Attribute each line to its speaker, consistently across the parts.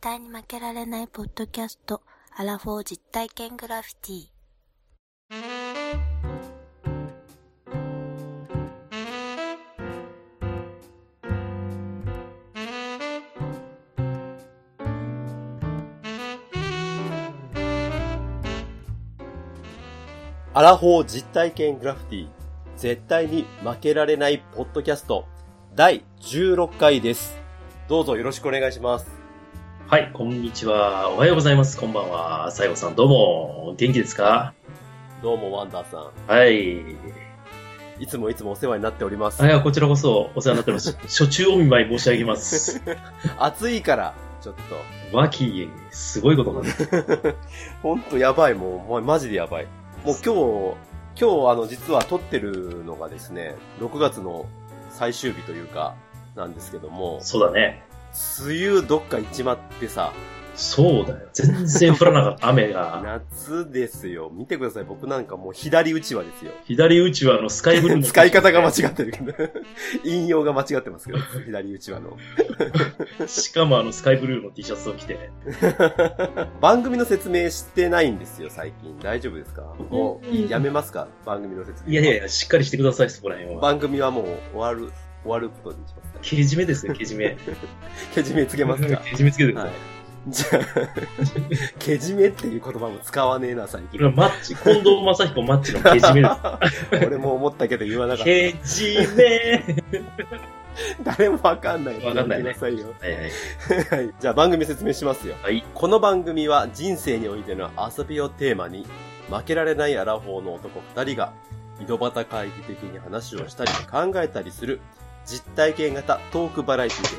Speaker 1: 対に負けられないポッドキャスト、アラフォー実体験グラフィティ。
Speaker 2: アラフォー実体験グラフィティ、絶対に負けられないポッドキャスト、第16回です。どうぞよろしくお願いします。
Speaker 3: はい、こんにちは。おはようございます。こんばんは。西郷さん、どうも。元気ですか
Speaker 2: どうもワンダーさ
Speaker 3: はい。
Speaker 2: ん。いつもいつもお世話になっております
Speaker 3: あ。いや、こちらこそお世話になっ てます。初中お見舞い申し上げます。
Speaker 2: 暑いから、ちょっ
Speaker 3: 和気、すごいことなんです。
Speaker 2: と。ほんとやばい、もう、もうマジでやばい。もう今日、今日あの、実は撮ってるのがですね、6月の最終日というか、なんですけども、
Speaker 3: そうだね。
Speaker 2: 梅雨どっか行っちまってさ、
Speaker 3: そうだよ。全然降らなかった雨が。
Speaker 2: 夏ですよ。見てください。僕なんかもう左打ち輪ですよ。
Speaker 3: 左打ちはのスカイブルー の。
Speaker 2: 使い方が間違ってる けど。引用が間違ってますけど、左打ち 輪の。
Speaker 3: しかもあのスカイブルーの T シャツを着て。
Speaker 2: 番組の説明してないんですよ、最近。大丈夫ですかもう、やめますか番組の説明。
Speaker 3: いやいやいや、しっかりしてください、そこら辺は。
Speaker 2: 番組はもう終わる、終わることにしますから。
Speaker 3: けじめですね、けじめ。
Speaker 2: けじめつけますか
Speaker 3: けじめつけてくだ
Speaker 2: は
Speaker 3: さ
Speaker 2: い
Speaker 3: い。。
Speaker 2: じゃあ、 けじめっていう言葉も使わねえな、最
Speaker 3: こ
Speaker 2: 近
Speaker 3: れ。はマッチ、近藤正彦マッチのけ じめです。
Speaker 2: 俺も思ったけど言わなかっ
Speaker 3: けじめ
Speaker 2: た。誰もわかんない。
Speaker 3: わかんないね
Speaker 2: やめさいよ。
Speaker 3: はいはい。
Speaker 2: はい。じゃあ番組説明しますよ。
Speaker 3: はい。
Speaker 2: この番組は人生においての遊びをテーマに、負けられないアラフォーの男二人が、井戸端会議的に話をしたり考えたりする、実体験型トークバラエティです。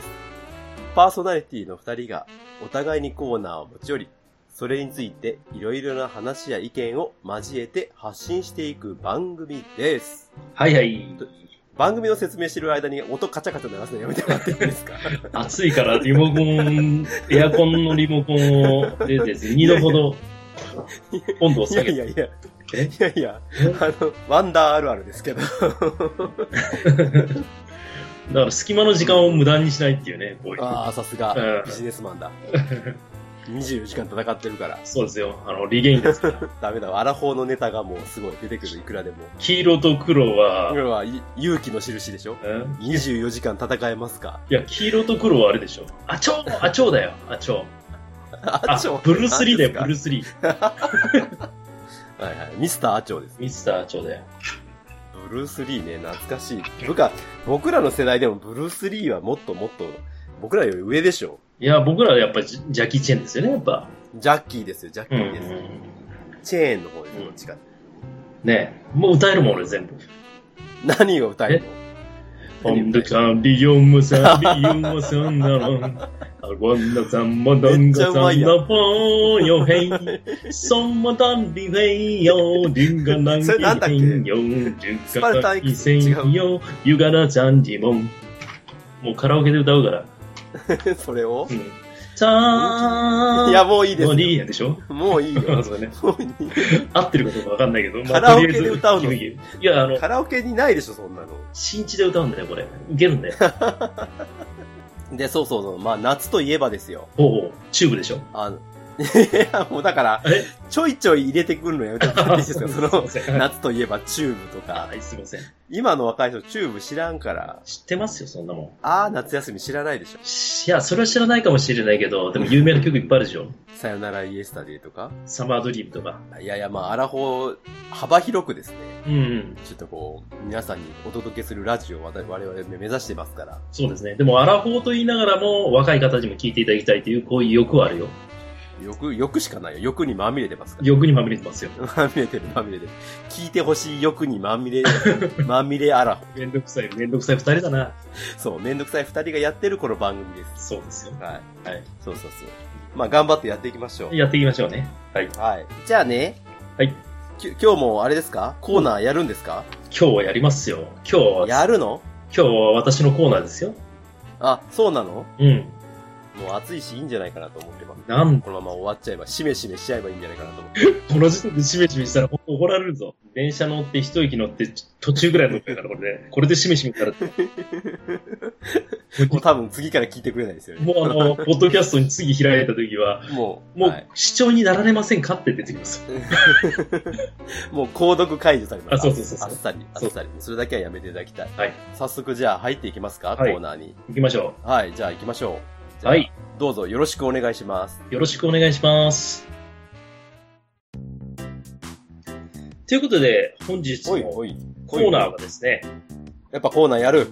Speaker 2: パーソナリティの二人が、お互いにコーナーを持ち寄り、それについていろいろな話や意見を交えて発信していく番組です。
Speaker 3: はいはい。
Speaker 2: 番組の説明してる間に音カチャカチャ鳴らすのやめてもらっていいですか
Speaker 3: 暑いからリモ コン、エアコンのリモコンをでですね、2度ほど温度を
Speaker 2: い
Speaker 3: 下
Speaker 2: や
Speaker 3: げ
Speaker 2: いやい
Speaker 3: て。
Speaker 2: や、い
Speaker 3: え
Speaker 2: やいや、あの、ワンダーあるあるですけど。
Speaker 3: だから隙間の時間を無駄にしないっていうね、こういう。
Speaker 2: ああ、さすが
Speaker 3: うん、
Speaker 2: ビジネスマン だ。24時間戦ってるから、
Speaker 3: そうですよ。あの、リゲインで すから。
Speaker 2: ダメだわ、アラフォーのネタがもうすごい出てくる、いくらでも。
Speaker 3: 黄色と黒
Speaker 2: こ
Speaker 3: は、
Speaker 2: れは勇気の印でしょ
Speaker 3: うん、
Speaker 2: ?24 時間戦えますか
Speaker 3: いや、黄色と黒はあれでしょ。あちょうあちょうだよ、あちょう。
Speaker 2: アチョ
Speaker 3: ブルースリーだよ、ブ
Speaker 2: 何
Speaker 3: ル
Speaker 2: で
Speaker 3: ースリー。
Speaker 2: すかはいはい。ミスターアチョウです。
Speaker 3: ミスターあちょうだよ。
Speaker 2: ブルースリーね、懐かしい。僕は、僕らの世代でもブルースリーはもっともっと、僕らより上でしょ
Speaker 3: いや、僕らはやっぱジジャッキー・チェンですよね、やっぱ。
Speaker 2: ジャッキーですよ、ジャッキ
Speaker 3: うん、う
Speaker 2: ーです。
Speaker 3: ん。
Speaker 2: チェーンの方です、どっちか。
Speaker 3: ねもう歌えるもん、俺全部。
Speaker 2: 何を歌えるの
Speaker 3: オンドカンビヨンムサビヨンムサンナロン。アゴンダザンマダンガザンナポーヨヘイ。ソンマダンビヘイヨリュンガナン
Speaker 2: それなんだっけ
Speaker 3: ギヘイヨリュ
Speaker 2: ス
Speaker 3: ン
Speaker 2: パルタ
Speaker 3: ガナ
Speaker 2: ン
Speaker 3: ン
Speaker 2: キ
Speaker 3: ギ
Speaker 2: ス
Speaker 3: セ
Speaker 2: 違う
Speaker 3: イヨユガナジャンジモン。もうカラオケで歌うから。
Speaker 2: それを
Speaker 3: う、ん。チャーン
Speaker 2: いや、もういいで
Speaker 3: も
Speaker 2: す
Speaker 3: ういい
Speaker 2: よ。
Speaker 3: やでしょ
Speaker 2: もういいよ。
Speaker 3: そうだね
Speaker 2: もういいよ
Speaker 3: 合ってるかどうかわかんないけど。
Speaker 2: カラオケで歌うの
Speaker 3: とりあえず君いや、あの、
Speaker 2: カラオケにないでしょ、そんなの。
Speaker 3: 新地で歌うんだよ、これ。いけるんだよ。
Speaker 2: で、そうそうそう。まあ、夏といえばですよ。
Speaker 3: ほうほう。チューブで しょ。
Speaker 2: あの、いや、もうだから、
Speaker 3: え
Speaker 2: ちょいちょい入れてくるのやめてもらっていいですかその、
Speaker 3: すいません
Speaker 2: 夏といえばチューブとか
Speaker 3: は。い、すいません。
Speaker 2: 今の若い人チューブ知らんから、
Speaker 3: 知ってますよ、そんなもん。
Speaker 2: あー夏休み知らないでしょ。
Speaker 3: いや、それは知らないかもしれないけど、でも有名な曲いっぱいあるでしょ。
Speaker 2: さよならイエスタディとか。
Speaker 3: サマードリームとか。
Speaker 2: いやいや、まあ、アラフォー、幅広くですね。
Speaker 3: うん、うん。
Speaker 2: ちょっとこう、皆さんにお届けするラジオを我々我々目指してますから。
Speaker 3: そうですね。でも、アラフォーと言いながらも、若い方にも聴いていただきたいという、こういう欲はあるよ。
Speaker 2: 欲、欲しかないよ。欲にまみれてますから。
Speaker 3: 欲にまみれてます よ。
Speaker 2: まみれてる、まみれてる。聞いてほしい欲にまみ れ、まみれアラフォー
Speaker 3: めんどくさい、めんどくさい二人だな。
Speaker 2: そう、めんどくさい二人がやってるこの番組です。
Speaker 3: そうですよ。
Speaker 2: はい。
Speaker 3: はい。
Speaker 2: そうそうそう。まあ、頑張ってやっていきましょう。
Speaker 3: やっていきましょうね。はい。今
Speaker 2: はい。じゃあね。
Speaker 3: はい
Speaker 2: きゅ。今日もあれですかコーナーやるんですか、
Speaker 3: 日はやりますよ。今日は、
Speaker 2: やるの
Speaker 3: 今日は私のコーナーですよ。
Speaker 2: あ、そうなの
Speaker 3: うん。
Speaker 2: もう暑いしいいんじゃないかなと思ってます。
Speaker 3: なん、こ
Speaker 2: このまま終わっちゃえば、しめしめしちゃえばいいんじゃないかなと思って。
Speaker 3: の時点でしめしめしたらほんと怒られるぞ。電車乗って一息乗って、ちょ途中ぐらいの乗ったから、これで。これでしめしめしたら
Speaker 2: もう多分次から聞いてくれないですよね。
Speaker 3: もうあの、ポッドキャストに次開いた時は、
Speaker 2: もう、
Speaker 3: も
Speaker 2: は
Speaker 3: う
Speaker 2: い、
Speaker 3: 視聴になられませんかって出てきます。
Speaker 2: もう購読解除されます。
Speaker 3: あそうそうそうそう
Speaker 2: あっさり、あっさり。それだけはやめていただきたい。
Speaker 3: はい。
Speaker 2: 早速じゃあ入っていきますか、
Speaker 3: はい
Speaker 2: コーナーに。
Speaker 3: 行きましょ
Speaker 2: はい、じゃあ行きましょう。
Speaker 3: う。はい。。
Speaker 2: どうぞよろしくお願いします。
Speaker 3: よろしくお願いします。ということで、本日
Speaker 2: おい
Speaker 3: の
Speaker 2: おい。
Speaker 3: コーナ
Speaker 2: おい
Speaker 3: ーはですね、
Speaker 2: やっぱコーナーやる。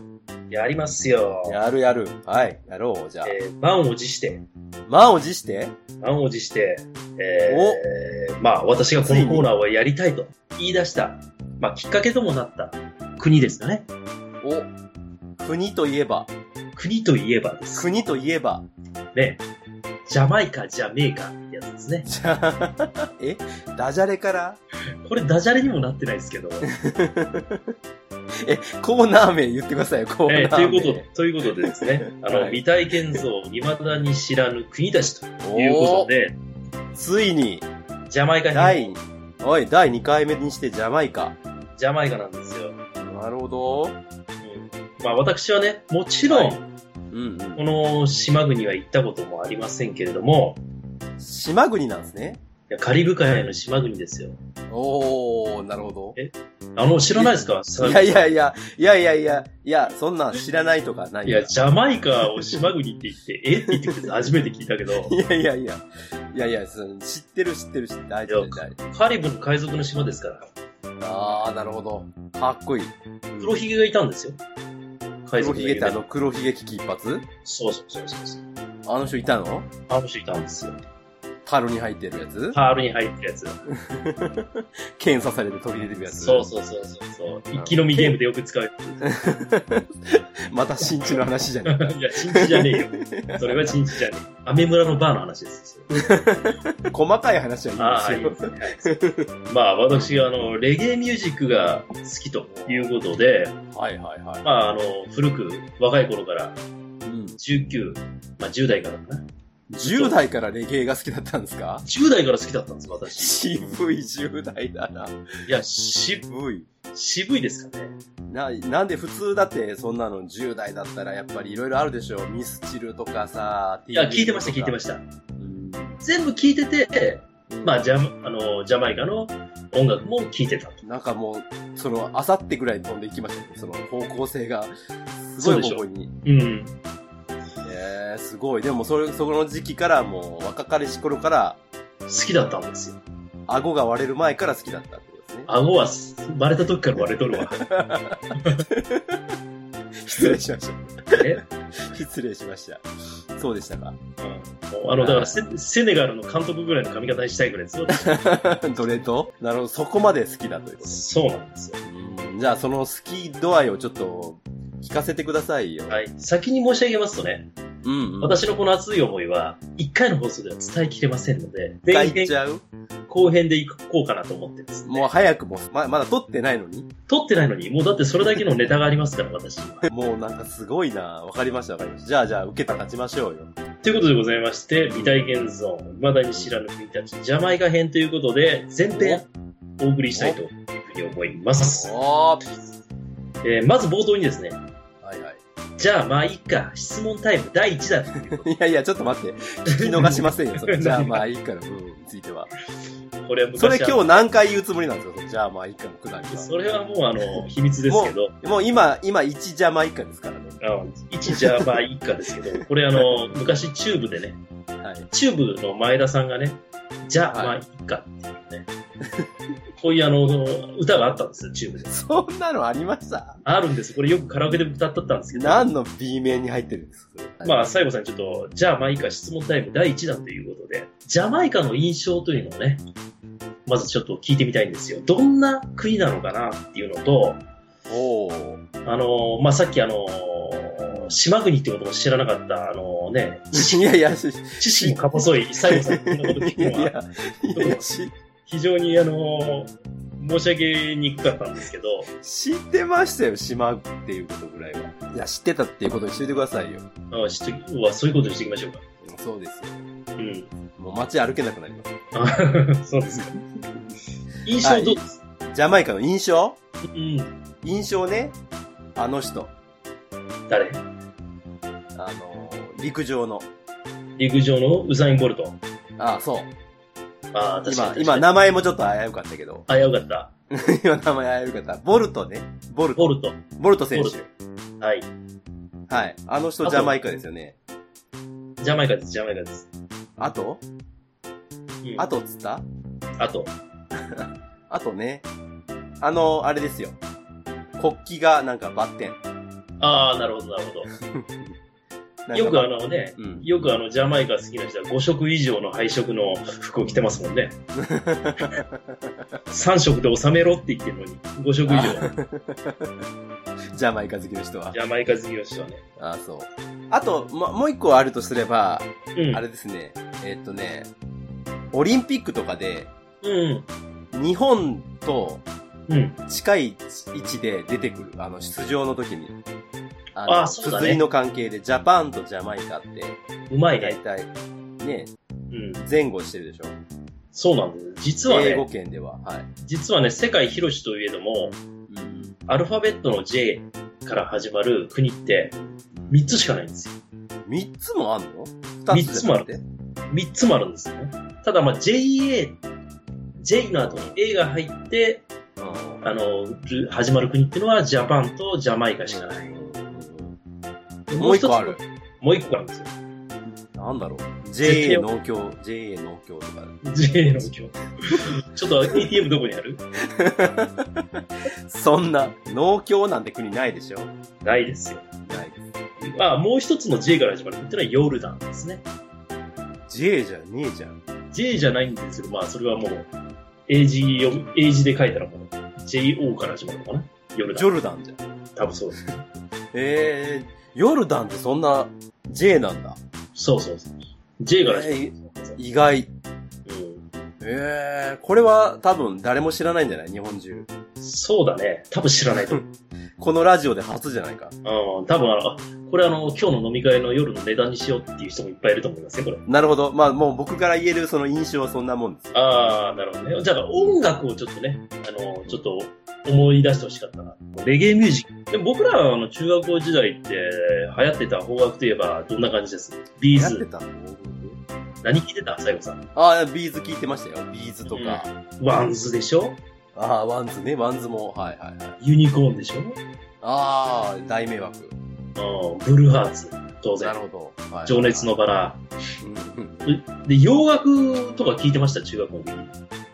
Speaker 3: やりますよ。
Speaker 2: やるやる。はい、やろう、じゃあ。
Speaker 3: えー満を持して、
Speaker 2: 満を持して、
Speaker 3: 満を持して、えー、まあ私がこのコーナーをやりたいと言い出した、まあきっかけともなった国ですかね。
Speaker 2: お、国といえば、
Speaker 3: 国といえばです。
Speaker 2: 国といえば、
Speaker 3: ね。ジャマイカ、ジャメイカってやつですね。
Speaker 2: じゃあ、 えダジャレから
Speaker 3: これダジャレにもなってないで すけど。
Speaker 2: え、コーナー名言ってくださいよ、コーナー
Speaker 3: え
Speaker 2: 名。
Speaker 3: ーということで、ということでですね、あの、
Speaker 2: はい
Speaker 3: 未体験像を未だに知らぬ国たちと
Speaker 2: と
Speaker 3: いうことで、
Speaker 2: ついに、
Speaker 3: ジャマイカに
Speaker 2: 第、おい、第2回目にしてジャマイカ。
Speaker 3: ジャマイカなんですよ。
Speaker 2: なるほど。
Speaker 3: うんまあ私はね、もちろ
Speaker 2: は
Speaker 3: ん、
Speaker 2: うんう
Speaker 3: この島国は行ったこともありませんけれども、
Speaker 2: ん。島国なんですね。
Speaker 3: いやカリブ海の島国ですよ。
Speaker 2: おー、なるほど。
Speaker 3: あの、知らないですか
Speaker 2: いやいや
Speaker 3: い
Speaker 2: いや、いやいやいや、いや、そんなん知らないとかない
Speaker 3: や。いや、ジャマイカを島国って言って、えって言ってくれて初めて聞いたけど
Speaker 2: い、やいやいや、いやいや、その知ってる知ってる知ってる、大丈夫大丈
Speaker 3: カリブの海賊の島ですから、
Speaker 2: 夫。あー、なるほど。かっこいい。うん
Speaker 3: 黒ひげがいたんですよ。海
Speaker 2: 黒
Speaker 3: 賊の
Speaker 2: ひげってあ
Speaker 3: 夢
Speaker 2: の黒ひげ危機一髪
Speaker 3: そうそうそうそうそう。
Speaker 2: あの人いたの
Speaker 3: あの人いたんですよ。
Speaker 2: 樽に入ってるやつ
Speaker 3: パールに入ってるやつ。
Speaker 2: 検査されて飛び出てくやつ
Speaker 3: そうそうそうそう そう。一気飲みゲームでよく使う やつ。
Speaker 2: また新地の話じゃない
Speaker 3: いや、チンチじゃねえよ。それはチンチじゃねえ。アメ村のバーの話です。
Speaker 2: 細かい話
Speaker 3: あ
Speaker 2: は
Speaker 3: あ、
Speaker 2: い
Speaker 3: い
Speaker 2: い
Speaker 3: い
Speaker 2: で
Speaker 3: ですす
Speaker 2: よ。
Speaker 3: ね。はいまあ、私があの、レゲエミュージックが好きということで、
Speaker 2: はいはいはい。
Speaker 3: まあ、あの、古く、若い頃から、
Speaker 2: うん、
Speaker 3: 19、まあ、10代からかな。
Speaker 2: 10代からレゲエが好きだったんですか
Speaker 3: 10代から好きだったんです、私。
Speaker 2: 渋い10代だな。
Speaker 3: いや、し、
Speaker 2: 渋い。
Speaker 3: 渋いですかね。
Speaker 2: な、なんで普通だってそんなの10代だったらやっぱりいろいろあるでしょミスチルとかさ、
Speaker 3: いや、聞いてました、聞いてま
Speaker 2: し
Speaker 3: した。
Speaker 2: た。うん
Speaker 3: 全部聞いてて、まあ、ジャムあのジャマイカの音楽も聴いてたと。
Speaker 2: なんかもう、その、あさってぐらいに飛んでいきましたね。その方向性が、す
Speaker 3: そ
Speaker 2: ご
Speaker 3: う
Speaker 2: い
Speaker 3: でし
Speaker 2: 方向
Speaker 3: ょ
Speaker 2: に。
Speaker 3: うん。
Speaker 2: えー、すごい。でも、それ、そこの時期からもう、若かりし頃から、
Speaker 3: 好きだったんですよ。
Speaker 2: 顎が割れる前から好きだったってことですね。
Speaker 3: 顎はす生まれた時から割れとるわ。
Speaker 2: 失礼しまし
Speaker 3: え
Speaker 2: た。 失礼しました。そうでしたか。
Speaker 3: うんもうあの、だからセセネガルの監督ぐらいの髪型にしたいぐらいですよ。
Speaker 2: どれとなるほど、そこまで好きだということ
Speaker 3: そうなんですよ。
Speaker 2: うんじゃあ、その好き度合いをちょっと、聞かせてくださいよ。
Speaker 3: はい。先に申し上げますとね、
Speaker 2: うん、うん。
Speaker 3: 私のこの熱い思いは、一回の放送では伝えきれませんので、
Speaker 2: 一回
Speaker 3: 前
Speaker 2: 行っ
Speaker 3: 編
Speaker 2: ちゃう
Speaker 3: 後編で行こうかなと思ってですね。
Speaker 2: もう早くも、ま、まだ撮ってないのに
Speaker 3: 撮ってないのに、もうだってそれだけのネタがありますから、私。
Speaker 2: もうなんかすごいなわかりました、わかりました。じゃあ、じゃあ、受けた立ちましょうよ。
Speaker 3: ということでございまして、未体験ゾーン、未だに知らぬ国たち、ジャマイカ編ということで、前編、お送りしたいというふうに思います。
Speaker 2: おー
Speaker 3: えーまず冒頭にですね、
Speaker 2: はい はい。
Speaker 3: じゃあまあいっか、質問タイム第1弾。
Speaker 2: いやいや、ちょっと待って。 聞き逃しませんよ、それ。 じゃあまあいいから、うん、については。
Speaker 3: これは昔
Speaker 2: それ
Speaker 3: あの
Speaker 2: 今日何回言うつもりなんですかそのじゃあまあいいからのくだり
Speaker 3: そ
Speaker 2: は。
Speaker 3: れはもうあの、秘密ですけど、
Speaker 2: もう今、今1じゃまあいいかですからね。
Speaker 3: あの1じゃまあいっかですけ ど、これあの、昔チューブでね、
Speaker 2: はい。
Speaker 3: チューブの前田さんがね、じゃあまあいっかっ ていうね、こういうあの、歌があったんですよ、チューブで。
Speaker 2: そんなのありました
Speaker 3: あるんです。これよくカラオケで歌ったったんですけど。
Speaker 2: 何の B 面に入ってるんですかそれ
Speaker 3: まあ、最後さん、ちょっと、ジャマイカ質問タイム第1弾ということで、ジャマイカの印象というのをね、まずちょっと聞いてみたいんですよ。どんな国なのかなっていうのと、
Speaker 2: おー
Speaker 3: あのーまあ、さっきあのー島国ってことも知らなかった、あのーね、
Speaker 2: い やいや、し
Speaker 3: 知識もか細い西郷さんのこんなこと聞
Speaker 2: い
Speaker 3: く
Speaker 2: やい
Speaker 3: のは、
Speaker 2: や、いやいやし
Speaker 3: 非常にあのー申し上げにくかったんですけど、
Speaker 2: 知ってましたよ、島っていうことぐらいは。いや、知ってたっていうことにしといてくださいよ。
Speaker 3: あしとはそういうことにしていきましょうか。
Speaker 2: そうです
Speaker 3: うん。
Speaker 2: よ。もう街歩けなくなります。
Speaker 3: あ そうですか。印象どうです、
Speaker 2: ジャマイカの印象
Speaker 3: うん。
Speaker 2: 印象ね。あの人。
Speaker 3: 誰
Speaker 2: あの、陸上の。
Speaker 3: 陸上のウサイン・ボルト。
Speaker 2: ああ、そう。
Speaker 3: ああ、確か
Speaker 2: 今、
Speaker 3: に。
Speaker 2: 今、
Speaker 3: 今、
Speaker 2: 名前もちょっと危うかったけど。
Speaker 3: あ、よかった。
Speaker 2: 今、名前危うかった。ボルトね。ボルト。
Speaker 3: ボルト。
Speaker 2: ボルト選
Speaker 3: ボ
Speaker 2: 手。
Speaker 3: はい。
Speaker 2: はい。あの人、
Speaker 3: あと
Speaker 2: ジャマイカですよね。
Speaker 3: ジャマイカです、ジャマイカです。
Speaker 2: あと
Speaker 3: うん
Speaker 2: あ、とっつった
Speaker 3: あと、
Speaker 2: あとね。あの、あれですよ。国旗がなんかバッテン。
Speaker 3: ああ、なるほど、なるほ
Speaker 2: なんか
Speaker 3: ど。よくあのね、
Speaker 2: うん。
Speaker 3: よくあの、ジャマイカ好きな人は5色以上の配色の服を着てますも んね。3色で収めろって言ってるのに、5色以上。
Speaker 2: ジャマイカ好きの人は
Speaker 3: ジ。ャマイカ好きの人はね。
Speaker 2: ああ、そう。あと、ま、もう一個あるとすれば、
Speaker 3: うん。
Speaker 2: あれですね。えっとね、オリンピックとかで、
Speaker 3: うん。
Speaker 2: 日本と
Speaker 3: うん。
Speaker 2: 近い位置で出てくる、あの、出場の時に。あ
Speaker 3: あそうだね
Speaker 2: 綴りの関係で、ジャパンとジャマイカって、
Speaker 3: うまい
Speaker 2: 大
Speaker 3: ね。
Speaker 2: 体、ね、
Speaker 3: うん。
Speaker 2: 前後してるでしょ。
Speaker 3: そうなんです。実は
Speaker 2: 英語
Speaker 3: ね、
Speaker 2: 圏では。はい。
Speaker 3: 実はね、世界広しといえども、
Speaker 2: うん
Speaker 3: アルファベットの J から始まる国って3つしかないんですよ。
Speaker 2: 三つもあんの二つじゃなくて
Speaker 3: 3つもあるんですよね。ただまあ JA、J の後に A が入って、
Speaker 2: うん
Speaker 3: あの、ル始まる国っていうのはジャパンとジャマイカしかない。
Speaker 2: もう一個ある。
Speaker 3: もう一個あるんですよ。
Speaker 2: なんだろう。JA 農協、JA 農協とか。
Speaker 3: JA の今 日。ちょっと ATM どこにある
Speaker 2: そんな、農協なんて国ないでしょ
Speaker 3: ないですよ。
Speaker 2: ない
Speaker 3: まあ、もう一つの J から始まる国っていうのはヨルダンですね。
Speaker 2: JA じゃねえじゃん。
Speaker 3: J じゃないんですけど、まあ、それはもう、英字読み、英字で書いたらもう、JO から始まるのかなヨル
Speaker 2: ジ
Speaker 3: ダ
Speaker 2: ョ
Speaker 3: ン。
Speaker 2: ルダンじゃん。
Speaker 3: 多分そうです。
Speaker 2: えー、ヨルダンってそんな J なんだ。
Speaker 3: そうそうそう。J から始まる。
Speaker 2: えー意外。
Speaker 3: うん
Speaker 2: えー、これは多分誰も知らないんじゃない日本中。
Speaker 3: そうだね。多分知らないと思
Speaker 2: このラジオで初じゃないか。
Speaker 3: う。うん、多分あの、あこれあの、今日の飲み会の夜の値段にしようっていう人もいっぱいいると思いますよ、これ。
Speaker 2: なるほど。まあもう僕から言えるその印象はそんなもんです。
Speaker 3: ああ、なるほどね。じゃあ音楽をちょっとね、あの、ちょっと思い出してほしかったな。レゲエミュージック。でも僕らあの中学校時代って流行ってた邦楽といえばどんな感じですビー
Speaker 2: やって
Speaker 3: ズ。
Speaker 2: たの
Speaker 3: 何聞いてた最後さん。
Speaker 2: ああ、ビーズ聞いてましたよ。ビーズとか。
Speaker 3: ワンズでしょ
Speaker 2: ああ、ワンズね。ワンズも。はいはいはい。
Speaker 3: ユニコーンでしょ
Speaker 2: ああ、大迷惑。
Speaker 3: うん、ブルーハーツ。当然
Speaker 2: な。るほど。はい
Speaker 3: 情熱の。バラ。
Speaker 2: うん
Speaker 3: で、洋楽とか聞いてました中学校の時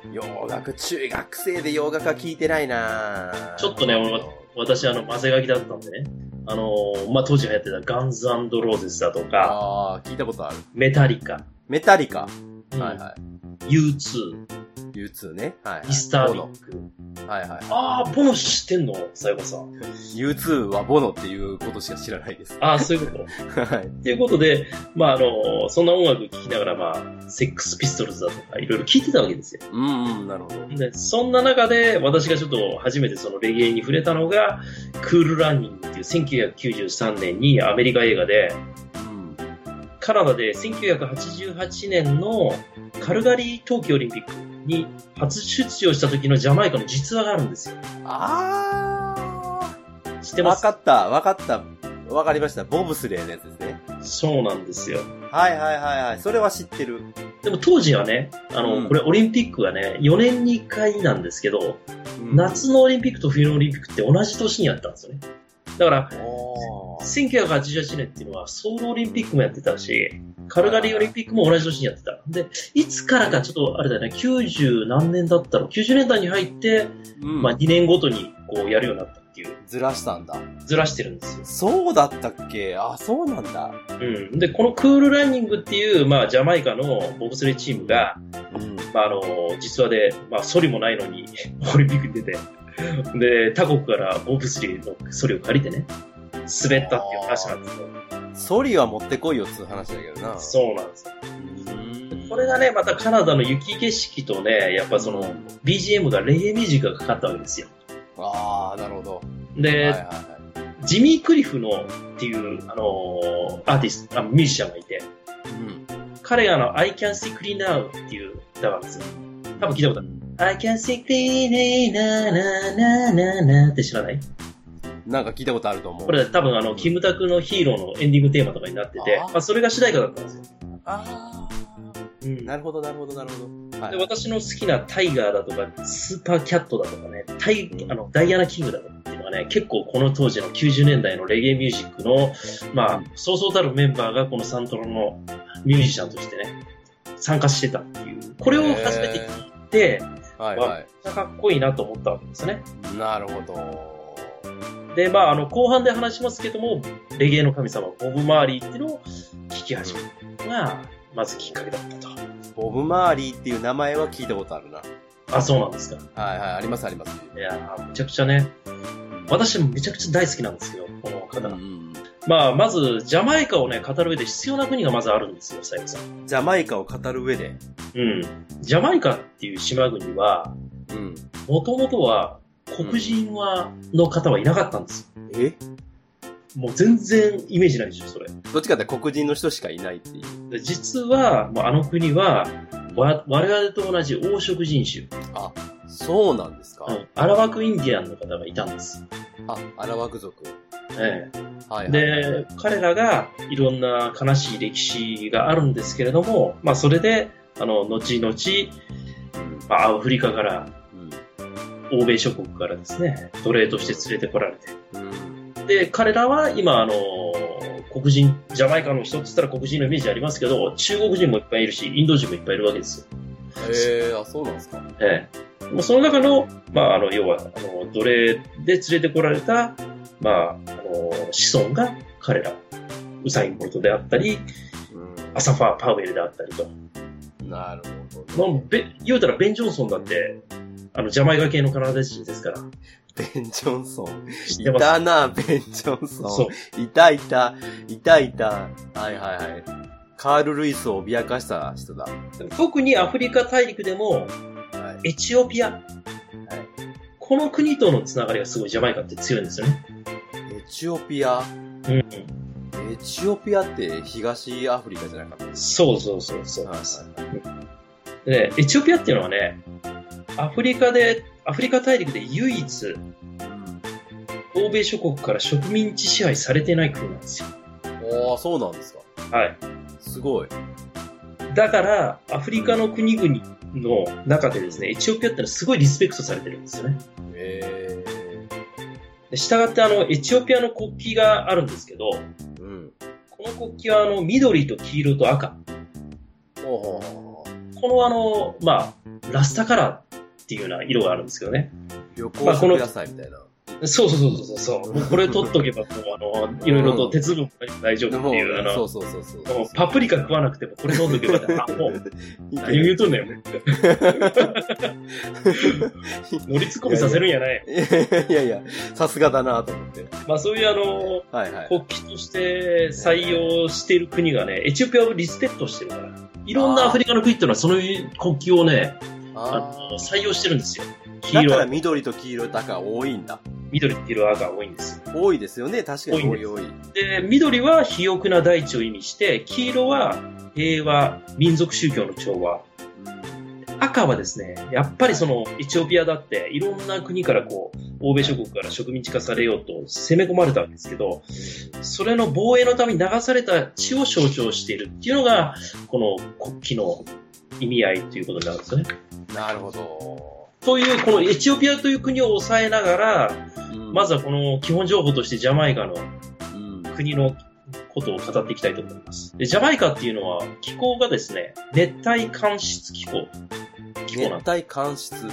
Speaker 3: に。
Speaker 2: 洋楽、中学生で洋楽は聞いてないな
Speaker 3: ちょっとね俺は私、あの、マセガキだったんでね。あのーまあ、当時流行ってたガンズローゼスだとか、
Speaker 2: ああ、聞いたことある。
Speaker 3: メタリカ、
Speaker 2: メタリカ。
Speaker 3: うん
Speaker 2: はいはい。
Speaker 3: U2、
Speaker 2: U2 ね。はい、はい。
Speaker 3: ミスター・ビ
Speaker 2: ボ
Speaker 3: ッグ。
Speaker 2: ノ。はいはい。
Speaker 3: ああ、ボノ知ってんのさよこさん。
Speaker 2: U2 はボノっていうことしか知らないです。
Speaker 3: ああ、そういうこと。
Speaker 2: はい。
Speaker 3: っていうことで、まあ、あのーそんな音楽聴きながら、まあ、セックスピストルズだとか、いろいろ聴いてたわけですよ。
Speaker 2: うんうん、なるほど。
Speaker 3: で、そんな中で、私がちょっと初めてそのレゲエに触れたのが、クール・ランニングっていう1993年にアメリカ映画で、
Speaker 2: うん。
Speaker 3: カナダで1988年のカルガリー冬季オリンピックに初出場した時のジャマイカの実話があるんですよ。
Speaker 2: あ
Speaker 3: 知っ
Speaker 2: あ
Speaker 3: てま
Speaker 2: わ
Speaker 3: す
Speaker 2: かった、わかった。わかりました。ボブスレーのやつですね。
Speaker 3: そうなんですよ。
Speaker 2: はいはいはいはい。それは知ってる。
Speaker 3: でも当時はね、あの、
Speaker 2: うん
Speaker 3: これオリンピックがね、4年に1回なんですけど、
Speaker 2: うん
Speaker 3: 夏のオリンピックと冬のオリンピックって同じ年にやったんですよね。だから、
Speaker 2: おー
Speaker 3: 1988年っていうのはソウルオリンピックもやってたし、カルガリーオリンピックも同じ年にやってた。で、いつからかちょっとあれだよね、90何年だったの ?90 年代に入って、
Speaker 2: うん
Speaker 3: まあ、2年ごとにこうやるようになったっていう、
Speaker 2: ずらしたんだ。
Speaker 3: ずらしてるんですよ。
Speaker 2: そうだったっけあ、そうなんだ。
Speaker 3: うん。で、このクールランニングっていう、まあ、ジャマイカのボブスレーチームが、
Speaker 2: うん。
Speaker 3: まあ、あの、実話で、まあ、ソリもないのに、 オリンピックに出て、で、他国からボブスレーのソリを借りてね、滑ったっていう話なんですよ。
Speaker 2: ソリは持ってこいよっつう話だけどな。
Speaker 3: そうなんですよ。
Speaker 2: うん
Speaker 3: これがね、またカナダの雪景色とね、やっぱその、BGM がレゲエミュージックがかかったわけですよ。
Speaker 2: ああ、なるほど。
Speaker 3: で、
Speaker 2: はいはいは
Speaker 3: ジミー・クリフのっていう、あのーアーティスト、あミュージシャンがいて、
Speaker 2: い。うん。
Speaker 3: 彼があの、I can see clean now っていう歌があるんですよ。多分聞いたことある。I can see clean now, na, na, na, na って知らない
Speaker 2: なんか聞いたことあると思う。
Speaker 3: これ多分あの、キムタクのヒーローのエンディングテーマとかになってて、
Speaker 2: あー
Speaker 3: まあ、それが主題歌だったんですよ。
Speaker 2: あ
Speaker 3: うん
Speaker 2: ーなるほど、なるほど、なるほど。は
Speaker 3: で
Speaker 2: い。
Speaker 3: 私の好きなタイガーだとか、スーパーキャットだとかね、タイあのダイアナ・キングだとかっていうのはね、結構この当時の90年代のレゲエミュージックの、まあ、そうそうたるメンバーがこのサントラのミュージシャンとしてね、参加してたっていう、これを初めて聞いて、
Speaker 2: はいはい。
Speaker 3: かっこいいなと思ったわけですね。
Speaker 2: なるほど。
Speaker 3: で、まあ、あの、後半で話しますけども、レゲエの神様、ボブ・マーリーっていうのを聞き始めたのが、まずきっかけだったと。
Speaker 2: ボブ・マーリーっていう名前は聞いたことあるな。
Speaker 3: あ、そうなんですか。
Speaker 2: はいはい、ありますあります。
Speaker 3: いやー、めちゃくちゃね、私もめちゃくちゃ大好きなんですよ、この方。
Speaker 2: うん
Speaker 3: まあ、まず、ジャマイカをね、語る上で必要な国がまずあるんですよ、最後さん。
Speaker 2: ジャマイカを語る上で。
Speaker 3: うん。ジャマイカっていう島国は、
Speaker 2: うん。
Speaker 3: もともとは、黒人は、の方はいなかったんですよ。
Speaker 2: え
Speaker 3: もう全然イメージないでしょ、それ。
Speaker 2: どっちかって黒人の人しかいないっていう。
Speaker 3: で実は、もうあの国は、わ我々と同じ黄色人種、
Speaker 2: そうなんですか、
Speaker 3: うんアラワクインディアンの方がいたんです。
Speaker 2: あ、アラワク族。
Speaker 3: え
Speaker 2: はいは
Speaker 3: え
Speaker 2: い。
Speaker 3: で、彼らがいろんな悲しい歴史があるんですけれども、まあそれで、あの、後々、
Speaker 2: うん
Speaker 3: まあ、アフリカから、
Speaker 2: うん
Speaker 3: 欧米諸国からですね、奴隷として連れてこられて。
Speaker 2: うん。
Speaker 3: で、彼らは今、あの、黒人、ジャマイカの人って言ったら黒人のイメージありますけど、中国人もいっぱいいるし、インド人もいっぱいいるわけですよ。
Speaker 2: へえー、あ、そうなんですか
Speaker 3: ええ、もうその中の、まあ、あの要はあの奴隷で連れてこられた、まあ、あの子孫が彼らウサイン・ボルトであったりアサファー・パウエルであったりと、
Speaker 2: うん。なるほ ど、ね。
Speaker 3: まあ、べ言うたらベン・ジョンソンだってあのジャマイカ系のカナダ人ですから
Speaker 2: ベン・ジョンソン。
Speaker 3: 知って
Speaker 2: い
Speaker 3: ます
Speaker 2: たな、ベン・ジョンソン。
Speaker 3: そう
Speaker 2: いたいた、いたいた。はいはいはい。カール・ルイスを脅かした人だ。は
Speaker 3: 特にアフリカ大陸でも
Speaker 2: い。
Speaker 3: エチオピア、この国とのつながりがすごいジャマイカって強いんですよね、
Speaker 2: エチオピア。
Speaker 3: うん、
Speaker 2: エチオピアって東アフリカじゃなかったです
Speaker 3: そうそうそうそう、
Speaker 2: はい
Speaker 3: でね、エチオピアっていうのはね、アフリカで、アフリカ大陸で唯一、欧米諸国から植民地支配されてない国なんですよ。
Speaker 2: うん。ああ、そうなんですか。
Speaker 3: はい。
Speaker 2: すごい。
Speaker 3: だから、アフリカの国々の中でですね、エチオピアってのはすごいリスペクトされてるんですよね。
Speaker 2: え
Speaker 3: で従って、あの、エチオピアの国旗があるんですけど、
Speaker 2: えー。うん。
Speaker 3: この国旗は、あの、緑と黄色と赤。
Speaker 2: ほうほうほうほ
Speaker 3: この、あの、まあ、ラスタカラーっていうような色があるんですけどね。
Speaker 2: う。旅行食野菜みたいな。
Speaker 3: そうそうそうそうそう。もうこれ取っとけば、もうあの、いろいろと鉄分も大丈夫っていう、あ
Speaker 2: そ
Speaker 3: の
Speaker 2: う、そうそうそう。
Speaker 3: もうパプリカ食わなくてもこれ飲んどけば だ、 あ、もう、何を言うとんね ん。乗りツッコミさせるんやない。
Speaker 2: いやいや、さすがだなと思って。
Speaker 3: まあそういうあの、
Speaker 2: はいはい。
Speaker 3: 国旗として採用している国がね、エチオピアをリスペクトしてるから。いろんなアフリカの国っていうのはその国旗をね、あ
Speaker 2: あ
Speaker 3: の採用してるんですよ。黄
Speaker 2: ーだから
Speaker 3: 色、
Speaker 2: 緑と黄色と赤多いんだ。
Speaker 3: 緑、黄色、赤多いんですよ。
Speaker 2: 多いですよね。確かに多い多い。
Speaker 3: で、緑は肥沃な大地を意味して、黄色は平和、民族宗教の調和。赤はですね、やっぱりそのエチオピアだって、いろんな国からこう、欧米諸国から植民地化されようと攻め込まれたわけですけど、それの防衛のために流された血を象徴しているっていうのが、この国旗の意味合いということになるんですよね。
Speaker 2: うんなるほど。
Speaker 3: という、このエチオピアという国を抑えながら、ま
Speaker 2: ず、
Speaker 3: ずはこの基本情報としてジャマイカの
Speaker 2: うん
Speaker 3: 国のことを語っていきたいと思います。でジャマイカっていうのは気候がですね、熱帯間質気候。気候なんで
Speaker 2: 熱帯間質。
Speaker 3: す。うん。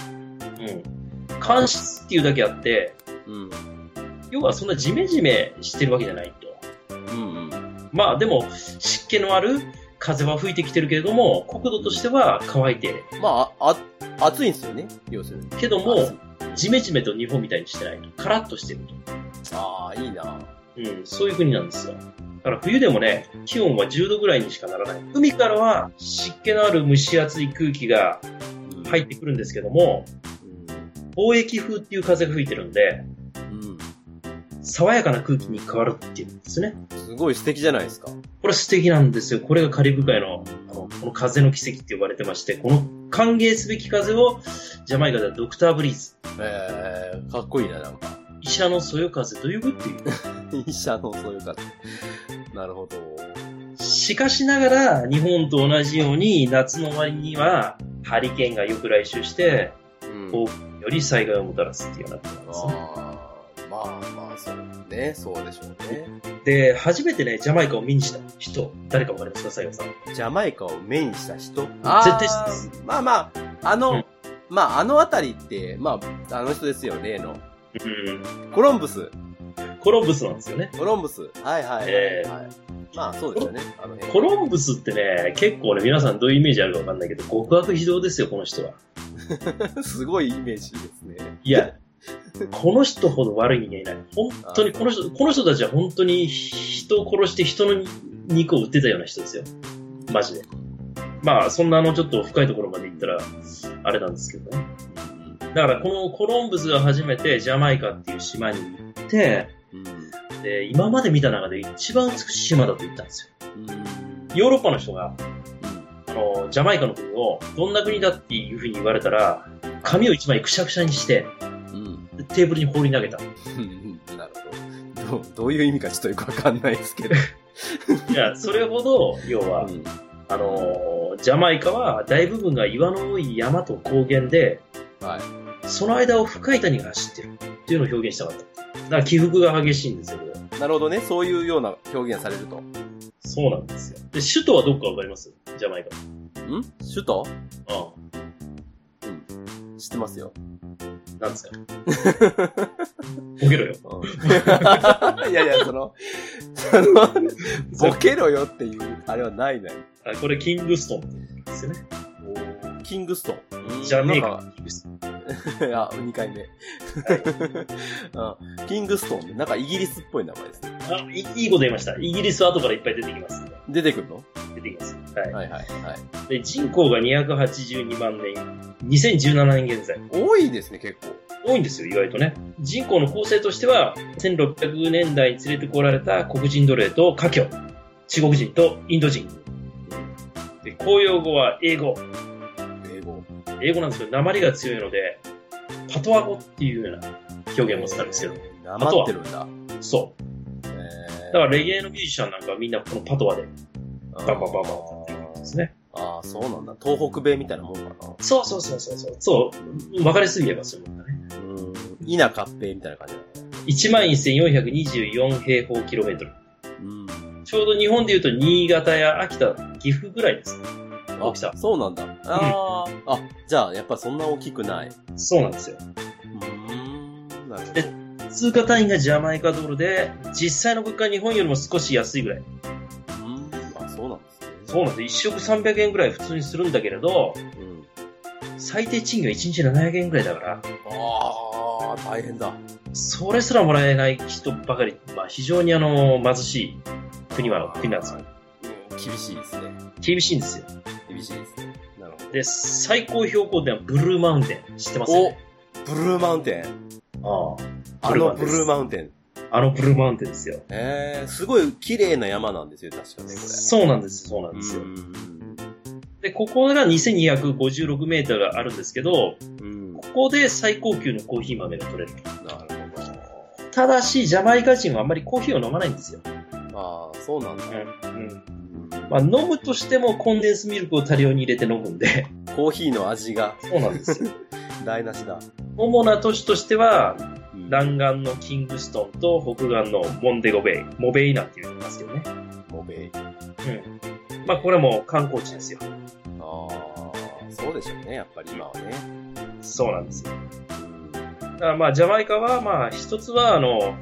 Speaker 3: 間質っていうだけあって、
Speaker 2: うん。
Speaker 3: 要はそんなジメジメしてるわけじゃないと。
Speaker 2: うんうん。
Speaker 3: まあでも湿気のある風は吹いてきてるけれども、国土としては乾いてる。
Speaker 2: まあ、あ、暑いんですよね。要するに。
Speaker 3: けども
Speaker 2: 暑、
Speaker 3: ジメジメと日本みたいにしてないと。カラッとしてると。
Speaker 2: いああ、いいな。
Speaker 3: うん、そういう国なんですよ。だから冬でもね、気温は10度ぐらいにしかならない。海からは湿気のある蒸し暑い空気が
Speaker 2: うん
Speaker 3: 入ってくるんですけども、貿易風っていう風が吹いてるんで、
Speaker 2: うん。
Speaker 3: 爽やかな空気に変わるっていうんですね。
Speaker 2: うんすごい素敵じゃないですか。
Speaker 3: これ素敵なんですよ。これがカリブ海のあのこの風の奇跡って呼ばれてまして、この歓迎すべき風をジャマイカではドクターブリーズ。
Speaker 2: えー、かっこいいな、なんか。
Speaker 3: 医者のそよ風と呼ぶっていう。
Speaker 2: 医者のそういう方。なるほど。
Speaker 3: しかしながら、日本と同じように、夏の終わりには、ハリケーンがよく来襲して、
Speaker 2: うん
Speaker 3: 多くにより災害をもたらすっていうようになってますね。
Speaker 2: あーまあまあ、そうね。そうでしょうね。
Speaker 3: で、初めてね、ジャマイカを見にした人、誰かわかりますか、西郷さん。
Speaker 2: ジャマイカをメインにした人
Speaker 3: あ
Speaker 2: 絶
Speaker 3: ー
Speaker 2: 対知ってますまあまあ、あの、
Speaker 3: うん
Speaker 2: まああのあたりって、まあ、あの人ですよ、例の。
Speaker 3: う
Speaker 2: コロンブス。
Speaker 3: ん。コロンブスなんですよね。
Speaker 2: コロンブス。はいはいはい、はい
Speaker 3: え
Speaker 2: まあそうですよね。あの辺
Speaker 3: コロンブスってね、結構ね、皆さんどういうイメージあるかわかんないけど、極悪非道ですよ、この人は。
Speaker 2: すごいイメージですね。
Speaker 3: いや、この人ほど悪い人間いない。本当にこの人、この人たちは本当に人を殺して人の肉を売ってたような人ですよ。マジで。まあ、そんなあの、ちょっと深いところまで行ったら、あれなんですけどね。だから、このコロンブスが初めてジャマイカっていう島に行って、
Speaker 2: うん。
Speaker 3: で、今まで見た中で一番美しい島だと言ったんですよ。ヨーロッパの人が、あの、ジャマイカの国をどんな国だっていうふうに言われたら、紙を一枚くしゃくしゃにして、
Speaker 2: うん。
Speaker 3: テーブルに放り投げた。
Speaker 2: うん。なるほど。どうどういう意味かちょっとよくわかんないですけど。
Speaker 3: いや、それほど、要は、
Speaker 2: うん
Speaker 3: あのージャマイカは大部分が岩の多い山と高原で、
Speaker 2: はい。
Speaker 3: その間を深い谷が走ってるっていうのを表現したかった。だから起伏が激しいんですよ、これは
Speaker 2: なるほどね。そういうような表現されると。ん
Speaker 3: そうなんですよ。で、首都はどこかわかりますジャマイ
Speaker 2: 首都
Speaker 3: カ。あ
Speaker 2: 知ってますよ。
Speaker 3: あ、なん ですか。ボケろよ。
Speaker 2: うんいやいや、その、その、ボケろよっていう、あれはないない。
Speaker 3: あこれ、キングストンって言うんですよね。
Speaker 2: キングストン。
Speaker 3: ジャマイ
Speaker 2: なんか
Speaker 3: カ。キングストン。
Speaker 2: あ、2回目。うんキングストン、なんかイギリスっぽい名前ですね。
Speaker 3: あい、いいこと言いました。イギリスは後からいっぱい出てきますんで。
Speaker 2: 出てくるの
Speaker 3: 出てきます。はい。
Speaker 2: はいはいはい。
Speaker 3: で、人口が282万人。2017年現在。
Speaker 2: 多いですね、結構。
Speaker 3: 多いんですよ、意外とね。人口の構成としては、1600年代に連れてこられた黒人奴隷と華僑、中国人とインド人。で公用語は英語。
Speaker 2: 英語。
Speaker 3: 英語なんですけど、鉛が強いので、パトワ語っていうような表現もしたんですけど、
Speaker 2: えー。なまってるんだ。
Speaker 3: そう。
Speaker 2: え
Speaker 3: だ
Speaker 2: ー
Speaker 3: からレゲエのミュージシャンなんかはみんなこのパトワで
Speaker 2: あー
Speaker 3: バンバンバンバン歌っていくんですね。
Speaker 2: ああ、そうなんだ。東北米みたいなもんかな。
Speaker 3: そうそうそうそうそう。そう、分かりすぎればそういうもんだね。
Speaker 2: うん。稲合併みたいな感じだね。
Speaker 3: 11,424平方キロメートル。
Speaker 2: うん。
Speaker 3: ちょうど日本で言うと新潟や秋田、岐阜ぐらいですね大
Speaker 2: あ
Speaker 3: きさ、
Speaker 2: そうなんだ。あーあ、じゃあ、やっぱそんな大きくない。
Speaker 3: そうなんですよ。
Speaker 2: うん。なるほ
Speaker 3: え通貨単位がジャマイカドルで、実際の物価は日本よりも少し安いぐらい。
Speaker 2: ど。うん。あ、そうなんですね。
Speaker 3: そうなんです。1食300円ぐらい普通にするんだけれど、
Speaker 2: うん。
Speaker 3: 最低賃金は1日700円ぐらいだから、
Speaker 2: ああ、大変だ。
Speaker 3: それすらもらえない人ばかり、まあ非常にあの、貧しい国は、国なんですよ。
Speaker 2: うん厳しいですね。
Speaker 3: 厳しいんですよ。
Speaker 2: 厳しいですね。なるほ
Speaker 3: で、最高標高点はブルーマウンテン。知ってますよ
Speaker 2: ど
Speaker 3: ね。。
Speaker 2: お、ブルーマウンテン。
Speaker 3: あ
Speaker 2: あのブルーマウンテン。
Speaker 3: あ。あのブルーマウンテンですよ。
Speaker 2: ええー、すごい綺麗な山なんですよ、確かね、こ
Speaker 3: そうなんです、そうなん
Speaker 2: れ。
Speaker 3: ですよ。
Speaker 2: ん。
Speaker 3: で、ここが2256メートルあるんですけど、
Speaker 2: うん。な
Speaker 3: ここで最高級のコーヒー豆が取れる。
Speaker 2: るほど。
Speaker 3: ただし、ジャマイカ人はあんまりコーヒーを飲まないんですよ。
Speaker 2: ああ、そうなんだ。
Speaker 3: うん。
Speaker 2: ま
Speaker 3: まあ、飲むとしてもコンデンスミルクを多量に入れて飲むんで。
Speaker 2: あ、コーヒーの味が
Speaker 3: そうなんですよ。
Speaker 2: 台無しだ。
Speaker 3: 主な都市としては、
Speaker 2: うん
Speaker 3: 南岸のキングストンと北岸のモンデゴベイ、モベイなんて言いますけどね。
Speaker 2: モベイ。
Speaker 3: うん。まあ、これはもう観光地ですよ。
Speaker 2: ああ、そうでしょうね、やっぱり今はね。
Speaker 3: そうなんですよ。
Speaker 2: うん
Speaker 3: だからまあ、ジャマイカは、まあ、一つは、あの、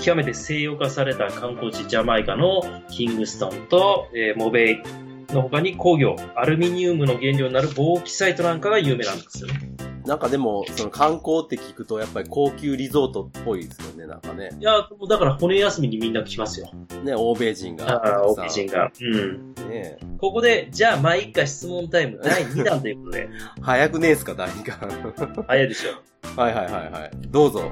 Speaker 3: 極めて西洋化された観光地ジャマイカのキングストンと、えーモベイの他に工業、アルミニウムの原料になるボーキサイトなんかが有名なんですよね。
Speaker 2: なんかでも、その観光って聞くと、やっぱり高級リゾートっぽいですよね、なんかね。
Speaker 3: いや、だから骨休みにみんな来ますよ。
Speaker 2: ね、欧米人
Speaker 3: あ
Speaker 2: が。
Speaker 3: あ、オージンが。うん。
Speaker 2: さねえ
Speaker 3: ここで、じゃあ、まあ、一家質問タイム第2弾ということ で。
Speaker 2: 早くねえっすか、第二巻。は
Speaker 3: 早いでしょ。
Speaker 2: いはいはいはい。どうぞ。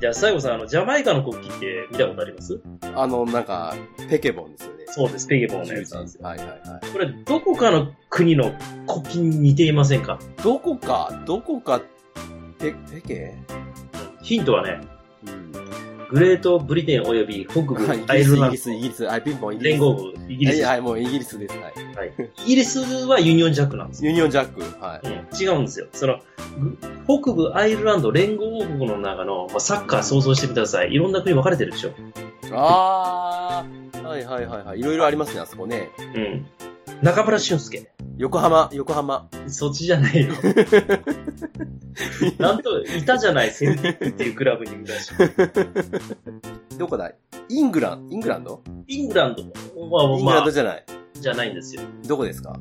Speaker 3: じゃあ、最後さん、あの、ジャマイカの国旗って見たことあります
Speaker 2: あの、なんか、ペケボンですよね。
Speaker 3: そうです、ペゲボンのやつなんですよ。
Speaker 2: はいはいは
Speaker 3: これ、どこかの国の国旗に似ていませんか
Speaker 2: い。どこか、どこか、ペ、ペケ
Speaker 3: ヒントはね、
Speaker 2: うん。
Speaker 3: グレートブリテン及び北部
Speaker 2: はい
Speaker 3: アイルラ
Speaker 2: イギ
Speaker 3: ン
Speaker 2: リス、イギリス、イギリス、はい、ピンポン、イ
Speaker 3: ド
Speaker 2: ギリス。
Speaker 3: 連合部、イギリス。
Speaker 2: はい、はい、もうイギリスです。はい。
Speaker 3: はいイギリスはユニオンジャックなんです
Speaker 2: ユ
Speaker 3: よ。
Speaker 2: ニオンジャック、はい。
Speaker 3: うん違うんですよ。その、ぐ北部アイルランド連合王国の中の、まあ、サッカー想像してください。いろんな国分かれてるでしょ。
Speaker 2: あー、はいはいはいはい。いろいろありますね、あそこね。
Speaker 3: うん。中村俊介。
Speaker 2: 横浜、横浜。
Speaker 3: そっちじ ゃないよ。なんと、いたじゃない、セルティックっていうクラブに昔。
Speaker 2: どこだいイングラン、イングランド
Speaker 3: イングランドも、
Speaker 2: イング
Speaker 3: まあ
Speaker 2: ランド
Speaker 3: まあ、
Speaker 2: じゃない。
Speaker 3: じゃないんですよ。
Speaker 2: どこですか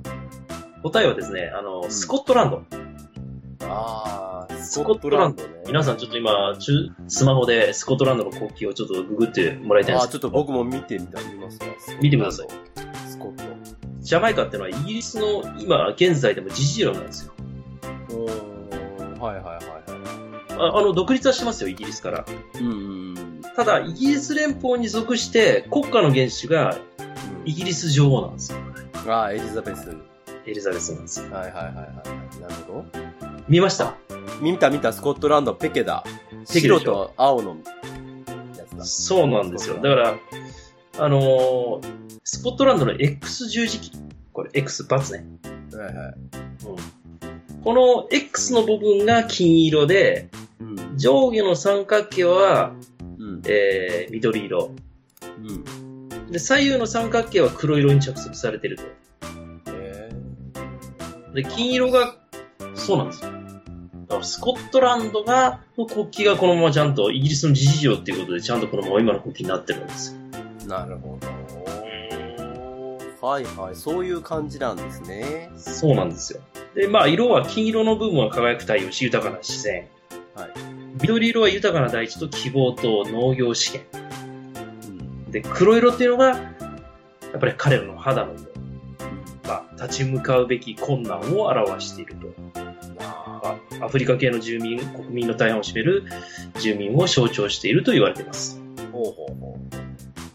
Speaker 3: 答えはですね、あの、スコットランド。
Speaker 2: あー、ス
Speaker 3: コットラン
Speaker 2: コットランドね。
Speaker 3: 皆さんちょっと今、中スマホでスコットランドの国旗をちょっとググってもらいたいん
Speaker 2: あ
Speaker 3: で
Speaker 2: ー、
Speaker 3: す
Speaker 2: ちょ
Speaker 3: け
Speaker 2: っと
Speaker 3: ど。
Speaker 2: 僕も見てみたい、見ますわ
Speaker 3: 見てください。
Speaker 2: スコット。
Speaker 3: ジャマイカってのはイギリスの今、現在でも自治領なんですよ。
Speaker 2: おー、はいはいはいは
Speaker 3: ああの、独立はしてますよ、イギリスから。
Speaker 2: い。うんうんうん。
Speaker 3: ただ、イギリス連邦に属して、国家の元首がイギリス女王なんですよ。
Speaker 2: ああ、エリザベス。はい
Speaker 3: エリザベスなんですよ。
Speaker 2: はいはいはい。なるほ
Speaker 3: 見ました
Speaker 2: ど。見た見た、スコットランド、ペケだ。
Speaker 3: ペケでし
Speaker 2: 白
Speaker 3: ょ
Speaker 2: と青のやつだ。
Speaker 3: そうなんですよ。だから、あのースコットランドの X 十字キー。これ、X バツね。
Speaker 2: はいはい。
Speaker 3: この X の部分が金色で、
Speaker 2: うん。
Speaker 3: 上下の三角形は、
Speaker 2: うん。
Speaker 3: えー、緑色。
Speaker 2: うん。
Speaker 3: で、左右の三角形は黒色に着色されてると。
Speaker 2: え
Speaker 3: で、金色が、そうなんですよ。だからスコットランドが、の国旗がこのままちゃんと、イギリスの自治領っていうことで、ちゃんとこのまま今の国旗になってるんですよ。
Speaker 2: ー、なるほど。はいはい。そういう感じなんですね。
Speaker 3: そうなんですよ。で、まあ、色は金色の部分は輝く太陽し、豊かな自然。
Speaker 2: はい。
Speaker 3: 緑色は豊かな大地と希望と農業資源。
Speaker 2: うん。
Speaker 3: で、黒色っていうのが、やっぱり彼らの肌の色。まあ、立ち向かうべき困難を表していると。まあアフリカ系の住民、国民の大半を占める住民を象徴していると言われています。
Speaker 2: ほうほうほ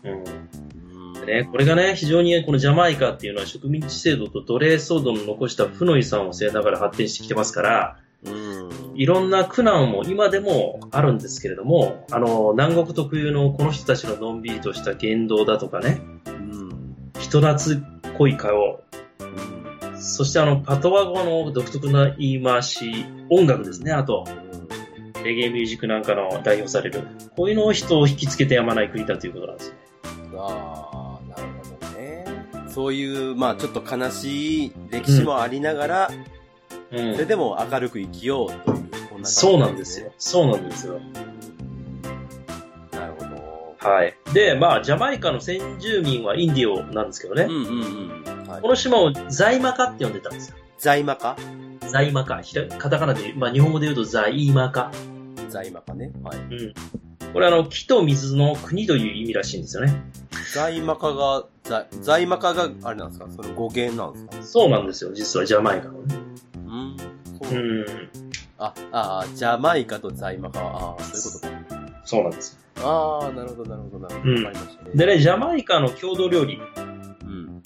Speaker 3: うん
Speaker 2: う。
Speaker 3: でね、これがね、非常にこのジャマイカっていうのは植民地制度と奴隷騒動の残した負の遺産を背負いながら発展してきてますから、
Speaker 2: うん。
Speaker 3: いろんな苦難も今でもあるんですけれども、あの、南国特有のこの人たちののんびりとした言動だとかね、
Speaker 2: うん。
Speaker 3: 人懐っこい顔、そしてあの、パトワ語の独特な言い回し、音楽ですね、あと、レゲエミュージックなんかの代表される、こういうのを人を引きつけてやまない国だということなんですよ。
Speaker 2: ああ、なるほどね。そういう、まあちょっと悲しい歴史もありながら、
Speaker 3: うん
Speaker 2: それでも明るく生きようという、こんな感じ
Speaker 3: そうなんですよ。。そうなんですよ。
Speaker 2: なるほ
Speaker 3: はい。で、まあ、ジャマイカの先住民はインディオなんですけどね、
Speaker 2: ど。うんうんうん。はい
Speaker 3: こ、の島をザイマカって呼んでたんですよ。
Speaker 2: 在魔か
Speaker 3: ザイマカ。ひらカタカナで、まあ、日本語で言うとザイマカ。
Speaker 2: 在魔かね。はい。
Speaker 3: うん。これあの、木と水の国という意味らしいんですよね。
Speaker 2: 在魔かが、在在魔かが、あれなんですかその語源なんですか
Speaker 3: そうなんですよ、実はジャマイカのね。
Speaker 2: うん。そうう。
Speaker 3: ん。
Speaker 2: あ、あー、ジャマイカと在魔かは、ああ、そういうこと
Speaker 3: そうなんですよ。
Speaker 2: か。ああ、なるほど、なるほど、なるほ
Speaker 3: うん
Speaker 2: ど。わかりましたね。
Speaker 3: でね、ジャマイカの郷土料理。
Speaker 2: うん。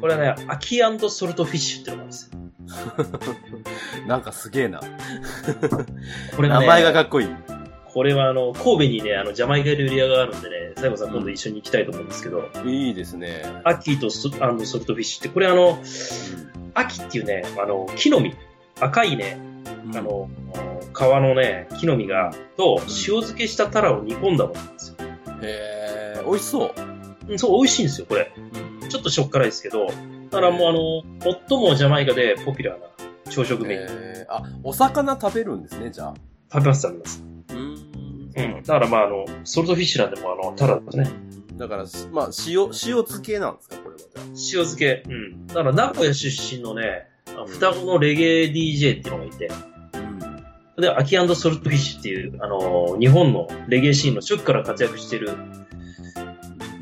Speaker 3: これね、アキソルトフィッシュってのがあるんですよ。
Speaker 2: うん。なんかすげえな。
Speaker 3: これね、
Speaker 2: 名前がかっこいい。
Speaker 3: これはあの、神戸にね、あの、ジャマイカ料理屋があるんでね、最後さん今度一緒に行きたいと思うんですけど、
Speaker 2: いいですね。
Speaker 3: アキとソあのソルトフィッシュって、これあの、アキっていうね、あの、木の実、赤いね、
Speaker 2: うん
Speaker 3: あ、の、皮のね、木の実が、と、塩漬けしたタラを煮込んだものなんですよ。
Speaker 2: へえ、美味しそう。
Speaker 3: うんそう、美味しいんですよ、これ。ちょっとしょっ辛いですけど、だからもうあの、最もジャマイカでポピュラーな朝食メニュー。
Speaker 2: えー、あ、お魚食べるんですね、じゃあ。
Speaker 3: 食べます、食べます。
Speaker 2: うー
Speaker 3: うんん。だからまあ、あの、ソルトフィッシュなんでも、あの、タラだね。
Speaker 2: だから、まあ、塩、塩漬けなんですか、これは。
Speaker 3: 塩漬け。うん。だから、名古屋出身のね、あ双子のレゲエ DJ っていうのがいて、で、アキソルトフィッシュっていう、あのー日本のレゲエシーンの初期から活躍してる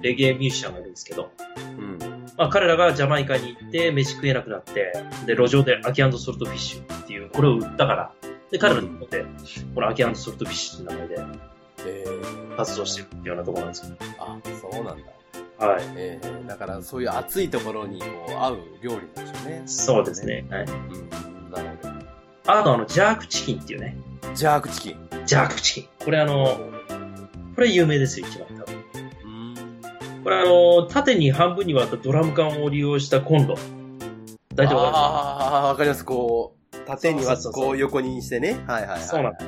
Speaker 3: レゲエミュージシャンがいるんですけど、
Speaker 2: うん。
Speaker 3: まあ、彼らがジャマイカに行って、飯食えなくなって、で、路上でアキソルトフィッシュっていう、これを売ったから、で、彼らにとって、このアキソルトフィッシュって名前で
Speaker 2: えー、
Speaker 3: 活動してるっていうようなところなんですけ
Speaker 2: あ、そうなんだ。
Speaker 3: ど。はい。
Speaker 2: えー、だから、そういう暑いところに、こう、合う料理なんでしょうね。
Speaker 3: そうです。ね。はい。
Speaker 2: うん、なるほ
Speaker 3: あとあの、ジャークチキンっていうね。
Speaker 2: ど。ジャークチキン。
Speaker 3: ジャークチキン。これあの、これ有名ですよ、一番多分。
Speaker 2: うん。
Speaker 3: これあの、縦に半分に割ったドラム缶を利用したコンロ。大体わか
Speaker 2: ああ、わかります。こう、縦には
Speaker 3: そうそうそう
Speaker 2: こう横にしてね。はいはいは
Speaker 3: り
Speaker 2: い。
Speaker 3: ますそうなんです。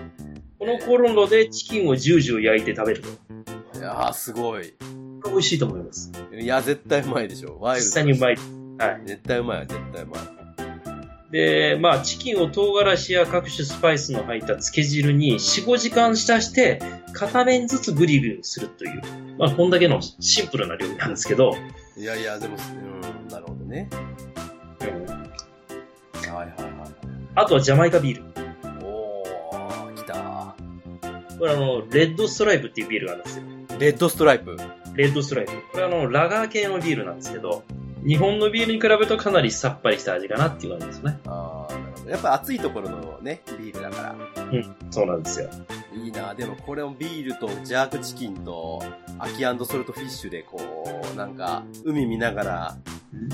Speaker 3: このコンロでチキンをジュージュー焼いて食べると。
Speaker 2: いやー、すごい。
Speaker 3: これ美味しいと思います。
Speaker 2: いや、絶対うまいでしょ。ワイルド。
Speaker 3: 実際にうまい。はい。
Speaker 2: 絶対うまいわ、絶対うまい。
Speaker 3: で、まあ、チキンを唐辛子や各種スパイスの入った漬け汁に4、5時間浸して、片面ずつグリルするという、まあ、こんだけのシンプルな料理なんですけど、
Speaker 2: いやいや、でも、うん、なるほどね。はいはいは
Speaker 3: あとはジャマイカビール。
Speaker 2: い。おー、来た。
Speaker 3: これあの、レッドストライプっていうビールがあるんですよ。
Speaker 2: レッドストライプ。
Speaker 3: レッドストライプ。これあの、ラガー系のビールなんですけど、日本のビールに比べるとかなりさっぱりした味かなっていう感じですね。
Speaker 2: あー、なるほど。やっぱ暑いところのね、ビールだから。
Speaker 3: そうなんですよ。
Speaker 2: いいなでもこれもビールとジャークチキンと、アキソルトフィッシュでこう、なんか、海見ながら、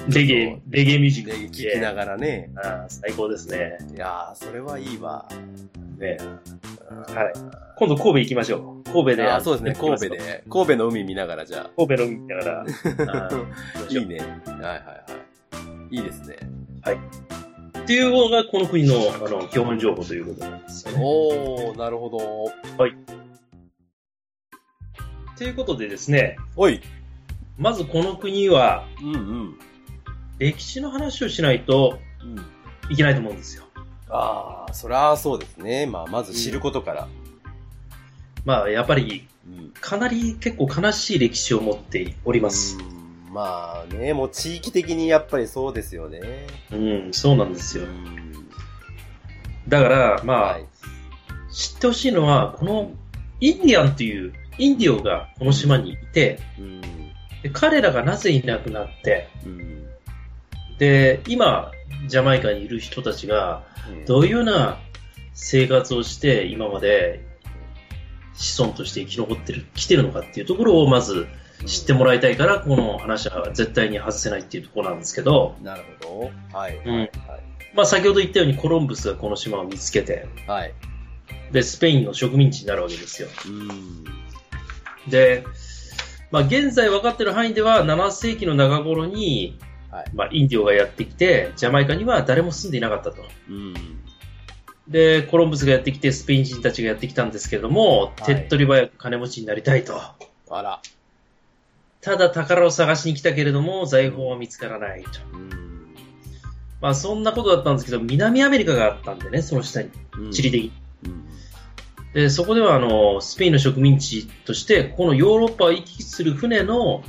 Speaker 3: レゲエ、レゲエミュージック
Speaker 2: で聞きながらね。
Speaker 3: あー最高ですね。
Speaker 2: いやー、それはいいわ。
Speaker 3: ね
Speaker 2: は
Speaker 3: はい。今度神戸行きましょう。神戸で。
Speaker 2: あーそうですね、
Speaker 3: 行きま
Speaker 2: 神戸。で。神戸の海見ながらじゃ
Speaker 3: 神戸の海見ながら。
Speaker 2: あ
Speaker 3: あ。ー
Speaker 2: いいね。はいはいはい。いいですね。
Speaker 3: っていうのがこの国のあの基本情報ということなんですよね。
Speaker 2: おー、なるほど。
Speaker 3: ということでですね、
Speaker 2: おい。
Speaker 3: まずこの国は
Speaker 2: うんうん。
Speaker 3: 歴史の話をしないと
Speaker 2: うん、
Speaker 3: いけないと思うんですよ。
Speaker 2: ああ、そりゃそうですね。まあ、まず知ることから。
Speaker 3: まあやっぱり
Speaker 2: うん。
Speaker 3: かなり結構悲しい歴史を持っております。
Speaker 2: うんまあね、もう地域的にやっぱりそうですよね。
Speaker 3: うん、そうなんですよ
Speaker 2: う。ん
Speaker 3: だからまあ、
Speaker 2: はい。
Speaker 3: 知ってほしいのはこのインディアンというインディオがこの島にいて、
Speaker 2: うん。
Speaker 3: で彼らがなぜいなくなって、
Speaker 2: うん。
Speaker 3: で、今、ジャマイカにいる人たちが、どういうような生活をして今まで子孫として生き残ってる、来てるのかっていうところをまず知ってもらいたいから、この話は絶対に外せないっていうところなんですけど、
Speaker 2: なるほど。はい。
Speaker 3: うん
Speaker 2: はい。
Speaker 3: まあ先ほど言ったようにコロンブスがこの島を見つけて、
Speaker 2: はい。
Speaker 3: で、スペインの植民地になるわけですよ。
Speaker 2: うん。
Speaker 3: で、まあ現在分かってる範囲では7世紀の中頃に、
Speaker 2: はい
Speaker 3: まあインディオがやってきて、ジャマイカには誰も住んでいなかったと。
Speaker 2: うん。
Speaker 3: で、コロンブスがやってきて、スペイン人たちがやってきたんですけれども、
Speaker 2: い
Speaker 3: 手っ取り早く金持ちになりたいと。
Speaker 2: あら。
Speaker 3: ただ宝を探しに来たけれども、財宝は見つからないと。
Speaker 2: うん。
Speaker 3: まあそんなことだったんですけど、南アメリカがあったんでね、その下に、
Speaker 2: うん
Speaker 3: 地理。的に。
Speaker 2: うん。
Speaker 3: で、そこではあの、スペインの植民地として、このヨーロッパを行き来する船の
Speaker 2: うん。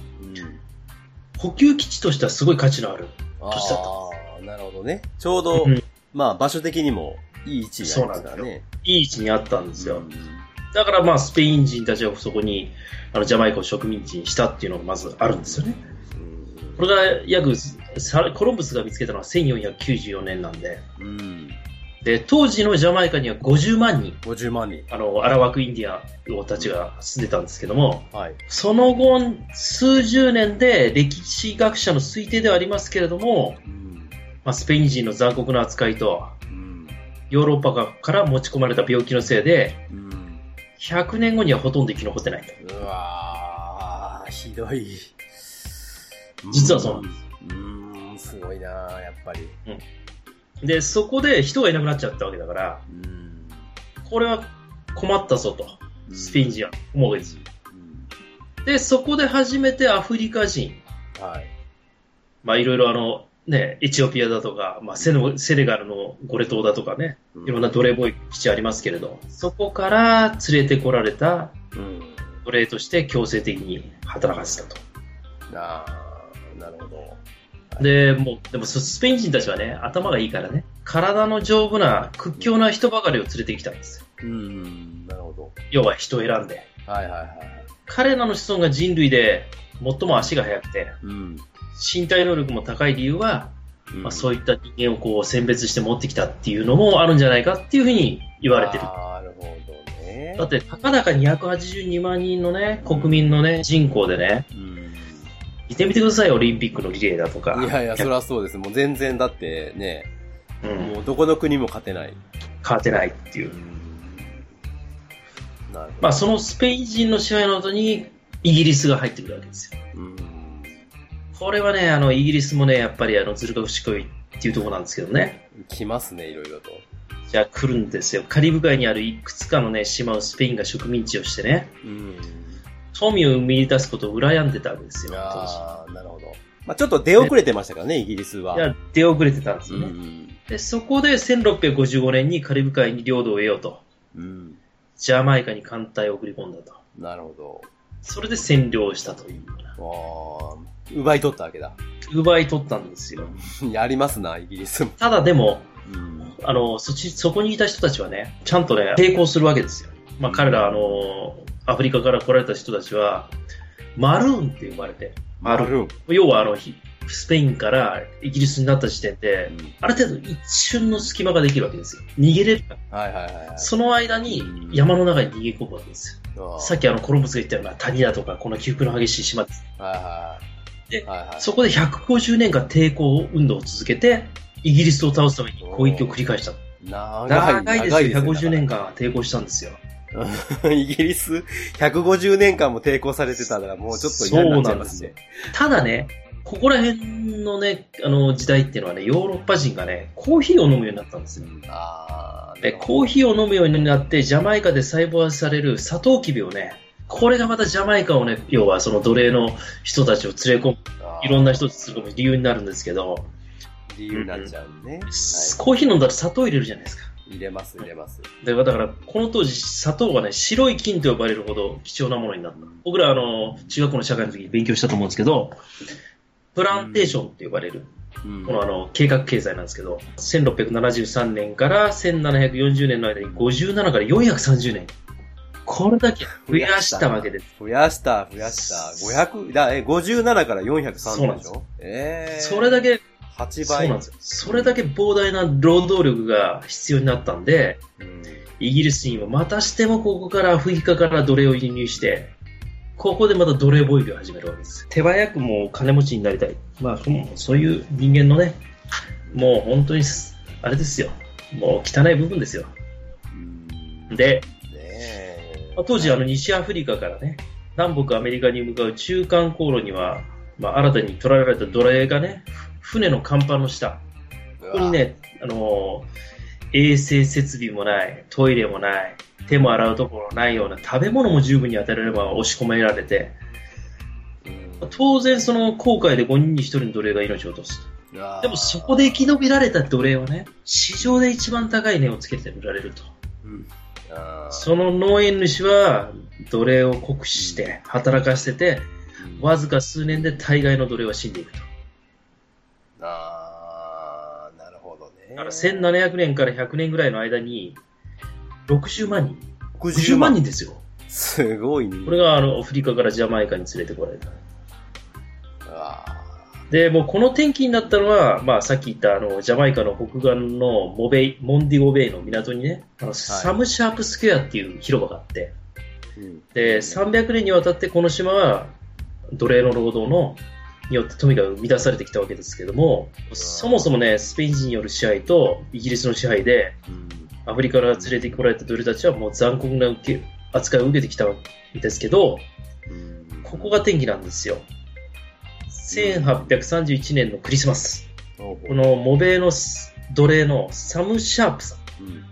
Speaker 3: 補給基地としてはすごい価値のある。
Speaker 2: あ
Speaker 3: 年だっ
Speaker 2: あ、なるほどね。ちょうど、
Speaker 3: うん
Speaker 2: まあ場所的にもいい位置にありますからね。
Speaker 3: いい位置にあったんですよ。
Speaker 2: うん
Speaker 3: だからまあスペイン人たちはそこに、あの、ジャマイカを植民地にしたっていうのがまずあるんですよね。これが約、さコロンブスが見つけたのは1494年なんで、
Speaker 2: うん。
Speaker 3: で、当時のジャマイカには50万人、
Speaker 2: 50万人。
Speaker 3: あの、アラワクインディアンたちが住んでたんですけども、
Speaker 2: はい。
Speaker 3: その後、数十年で歴史学者の推定ではありますけれども、
Speaker 2: うん。
Speaker 3: まあ、スペイン人の残酷な扱いと、
Speaker 2: うん。
Speaker 3: ヨーロッパから持ち込まれた病気のせいで、
Speaker 2: うん。
Speaker 3: 100年後にはほとんど生き残ってないう
Speaker 2: わー、ひどい。
Speaker 3: 実はそうなん
Speaker 2: です。うん、すごいなーやっぱり。
Speaker 3: と。で、そこで人がいなくなっちゃったわけだから、
Speaker 2: うん。
Speaker 3: これは困ったぞと、スペイン人は思うわけです。
Speaker 2: うん。
Speaker 3: で、そこで初めてアフリカ人、
Speaker 2: はい。
Speaker 3: まあいろいろあの、ね、エチオピアだとか、まあセネセネガルのゴレ島だとかね、いろんな奴隷貿易基地ありますけれど、そこから連れてこられた
Speaker 2: うん。
Speaker 3: 奴隷として強制的に働かせたと。
Speaker 2: あー、なるほど。
Speaker 3: で、もう、でもそスペイン人たちはね、頭がいいからね、体の丈夫な屈強な人ばかりを連れてきたんですよ。
Speaker 2: うん、なるほど。
Speaker 3: 要は人を選んで。
Speaker 2: はいはいはい。
Speaker 3: 彼らの子孫が人類で最も足が速くて、
Speaker 2: うん。
Speaker 3: 身体能力も高い理由は、まあ、そう
Speaker 2: い
Speaker 3: いった人間をこう選別して持ってきたっていうのもあるんじゃないかっていうふうに言われてる。
Speaker 2: なるほどね。
Speaker 3: だって、たかだか282万人のね、国民のね、人口でね、
Speaker 2: うん。
Speaker 3: 見てみてください、オリンピックのリレーだとか。
Speaker 2: いやいや、そりゃそうです。もう全然だってね、
Speaker 3: うん、
Speaker 2: もうどこの国も勝てない。
Speaker 3: 勝てないっていう。
Speaker 2: なるほど。
Speaker 3: まあ、そのスペイン人の支配の後にイギリスが入ってくるわけですよ。
Speaker 2: うん。
Speaker 3: これはね、あの、イギリスもね、やっぱりあの、ずる賢いっていうところなんですけどね。
Speaker 2: 来ますね、いろいろと。
Speaker 3: じゃあ来るんですよ。カリブ海にあるいくつかのね、島をスペインが植民地をしてね、
Speaker 2: うん。
Speaker 3: 富を生み出すことを羨んでたわけですよ、当時。
Speaker 2: ああ、なるほど。まあちょっと出遅れてましたからね、イギリスは。
Speaker 3: いや、出遅れてたんです
Speaker 2: う
Speaker 3: よね。
Speaker 2: ん。
Speaker 3: で、そこで1655年にカリブ海に領土を得ようと。
Speaker 2: うん。
Speaker 3: ジャマイカに艦隊を送り込んだと。
Speaker 2: なるほ
Speaker 3: それで占領したというような。
Speaker 2: ど。ああ、奪い取ったわけだ。
Speaker 3: 奪い取ったんですよ。
Speaker 2: やりますな、イギリスも。
Speaker 3: ただでも、
Speaker 2: うん。
Speaker 3: あの、そっち、そこにいた人たちはね、ちゃんとね、抵抗するわけですよ。まあ彼ら、あの、アフリカから来られた人たちは、マルーンって呼ばれて、マルーン
Speaker 2: ルン。
Speaker 3: 要はあの、ひスペインからイギリスになった時点
Speaker 2: う
Speaker 3: で、
Speaker 2: ん
Speaker 3: ある程度一瞬の隙間ができるわけですよ。逃げれるか
Speaker 2: はいはいはいはい。
Speaker 3: その間に山の中に逃げ込むわけですよ。
Speaker 2: あー
Speaker 3: さっきあのコロンブスが言ったような谷だとか、この起伏の激しい島です。
Speaker 2: はいは
Speaker 3: で
Speaker 2: いはい。はいはい。
Speaker 3: そこで150年間抵抗運動を続けて、イギリスを倒すために攻撃を繰り返した。
Speaker 2: 長い、
Speaker 3: 長いですよ、
Speaker 2: ね
Speaker 3: 150年。間抵抗したんですよ。
Speaker 2: だから イギリス、150年間も抵抗されてたから、もうちょっと嫌になっちゃいますね。
Speaker 3: ただね、ここら辺のね、あの時代っていうのはね、ヨーロッパ人がね、コーヒーを飲むようになったんですよ。
Speaker 2: あー
Speaker 3: で、コーヒーを飲むようになって、ジャマイカで栽培されるサトウキビをね、これがまたジャマイカをね、要はその奴隷の人たちを連れ込む、
Speaker 2: あー
Speaker 3: いろんな人たちを連れ込む理由になるんですけど、
Speaker 2: 理由になっちゃうね。はい。
Speaker 3: コーヒー飲んだら砂糖入れるじゃないですか。
Speaker 2: 入れます、入れます。
Speaker 3: でだから、この当時、砂糖がね、白い金と呼ばれるほど貴重なものになった。僕ら、あの、中学校の社会の時に勉強したと思うんですけど、プランテーションって呼ばれる、
Speaker 2: うん
Speaker 3: このあの、計画経済なんですけど、1673年から1740年の間に57から430年。これだけ増やしたわけです。
Speaker 2: 増やした、増やした。500、だ、え、57から
Speaker 3: そうな
Speaker 2: 403
Speaker 3: ん
Speaker 2: で
Speaker 3: で
Speaker 2: し
Speaker 3: す
Speaker 2: ょええー。
Speaker 3: それだけ、
Speaker 2: 8
Speaker 3: そう
Speaker 2: 倍。
Speaker 3: なんですよ。それだけ膨大な労働力が必要になったんで、
Speaker 2: うん
Speaker 3: イギリス人はまたしてもここからアフリカから奴隷を輸入して、ここでまた奴隷貿易を始めるわけです。手早くもう金持ちになりたい。まあ、そのそういう人間のね、もう本当にす、あれですよ。もう汚い部分ですよ。
Speaker 2: うんね
Speaker 3: で、
Speaker 2: え
Speaker 3: まあ当時あの西アフリカからね、南北アメリカに向かう中間航路には、まあ、新たに捕らえられた奴隷がね、ふ船の甲板の下、ここにね、あのー衛生設備もない、トイレもない、手も洗うところないような食べ物も十分に与えられれば押し込められて、
Speaker 2: うん
Speaker 3: 当然その航海で5人に1人の奴隷が命を落とす。
Speaker 2: うわ
Speaker 3: でもそこで生き延びられた奴隷はね、市場で一番高い値をつけて売られると。
Speaker 2: うんあー
Speaker 3: その農園主は奴隷を酷使して、働かせて、
Speaker 2: うん
Speaker 3: わずか数年で大概の奴隷は死んでいくと。
Speaker 2: あーなるほどね。
Speaker 3: だから1700年から100年ぐらいの間に、60万人。
Speaker 2: 60
Speaker 3: 60万人ですよ。
Speaker 2: すごいね。
Speaker 3: これがあのアフリカからジャマイカに連れてこられた。
Speaker 2: うわ
Speaker 3: で、もうこの転機になったのは、まあさっき言ったあのジャマイカの北岸のモベイ、モンディゴベイの港にね、あのサムシャープスクエアっていう広場があって、
Speaker 2: ーうん
Speaker 3: で、300年にわたってこの島は奴隷の労働のによって富が生み出されてきたわけですけども、そもそもね、スペイン人による支配とイギリスの支配で、
Speaker 2: うん
Speaker 3: アフリカから連れてこられた奴隷たちはもう残酷な受け扱いを受けてきたんですけど、
Speaker 2: うん
Speaker 3: ここが天気なんですよ。1831年のクリスマス。
Speaker 2: ほうほう
Speaker 3: このモベの奴隷のサム・シャープさん
Speaker 2: うん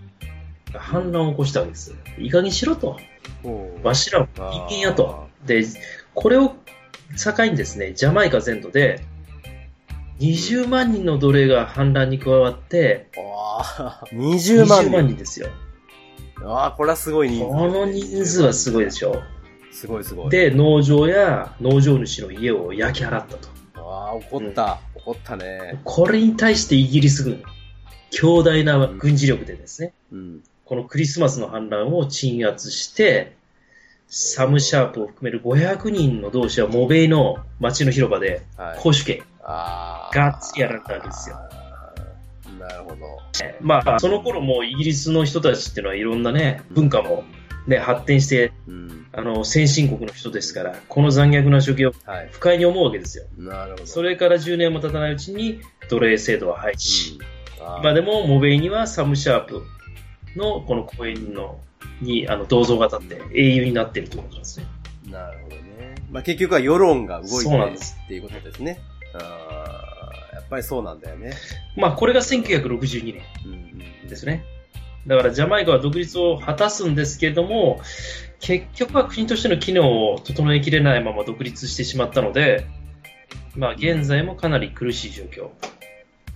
Speaker 3: が反乱を起こしたわけです。いい加減にしろと。
Speaker 2: ほう
Speaker 3: わしらは人間やと。で、これを境にですね、ジャマイカ全土で20万人の奴隷が反乱に加わって、
Speaker 2: あー20万
Speaker 3: 20万
Speaker 2: 人。
Speaker 3: 人ですよ。
Speaker 2: ああ、これはすごい人数。
Speaker 3: この人数はすごいでしょ。
Speaker 2: すごいすごい。
Speaker 3: で、農場や農場主の家を焼き払ったと。
Speaker 2: ああ、怒った。怒ったね。
Speaker 3: これに対してイギリス軍、強大な軍事力でですね、
Speaker 2: うん。
Speaker 3: このクリスマスの反乱を鎮圧して、サム・シャープを含める500人の同士はモベイの街の広場で
Speaker 2: はい。
Speaker 3: 公主権。
Speaker 2: ああ。
Speaker 3: がっつりやられたわけですよ
Speaker 2: あー。なるほど。
Speaker 3: まあ、その頃もイギリスの人たちっていうのはいろんなね、文化も、ね、発展して、
Speaker 2: うん。
Speaker 3: あの、先進国の人ですから、この残虐な処刑を
Speaker 2: はい。
Speaker 3: 不快に思うわけですよ。
Speaker 2: なるほど。
Speaker 3: それから10年も経たないうちに奴隷制度は廃止。
Speaker 2: うん、あー
Speaker 3: まあでも、モベイにはサム・シャープのこの公園のにあの銅像が立って英雄になってるってことなんですね。
Speaker 2: なるほどね。まあ、結局は世論が動い
Speaker 3: そうなん
Speaker 2: て
Speaker 3: です
Speaker 2: っていうことですね。あーやっぱりそうなんだよね。
Speaker 3: まあこれが1962年
Speaker 2: うんうん
Speaker 3: ですね。だからジャマイカは独立を果たすんですけども、結局は国としての機能を整えきれないまま独立してしまったので、まあ現在もかなり苦しい状況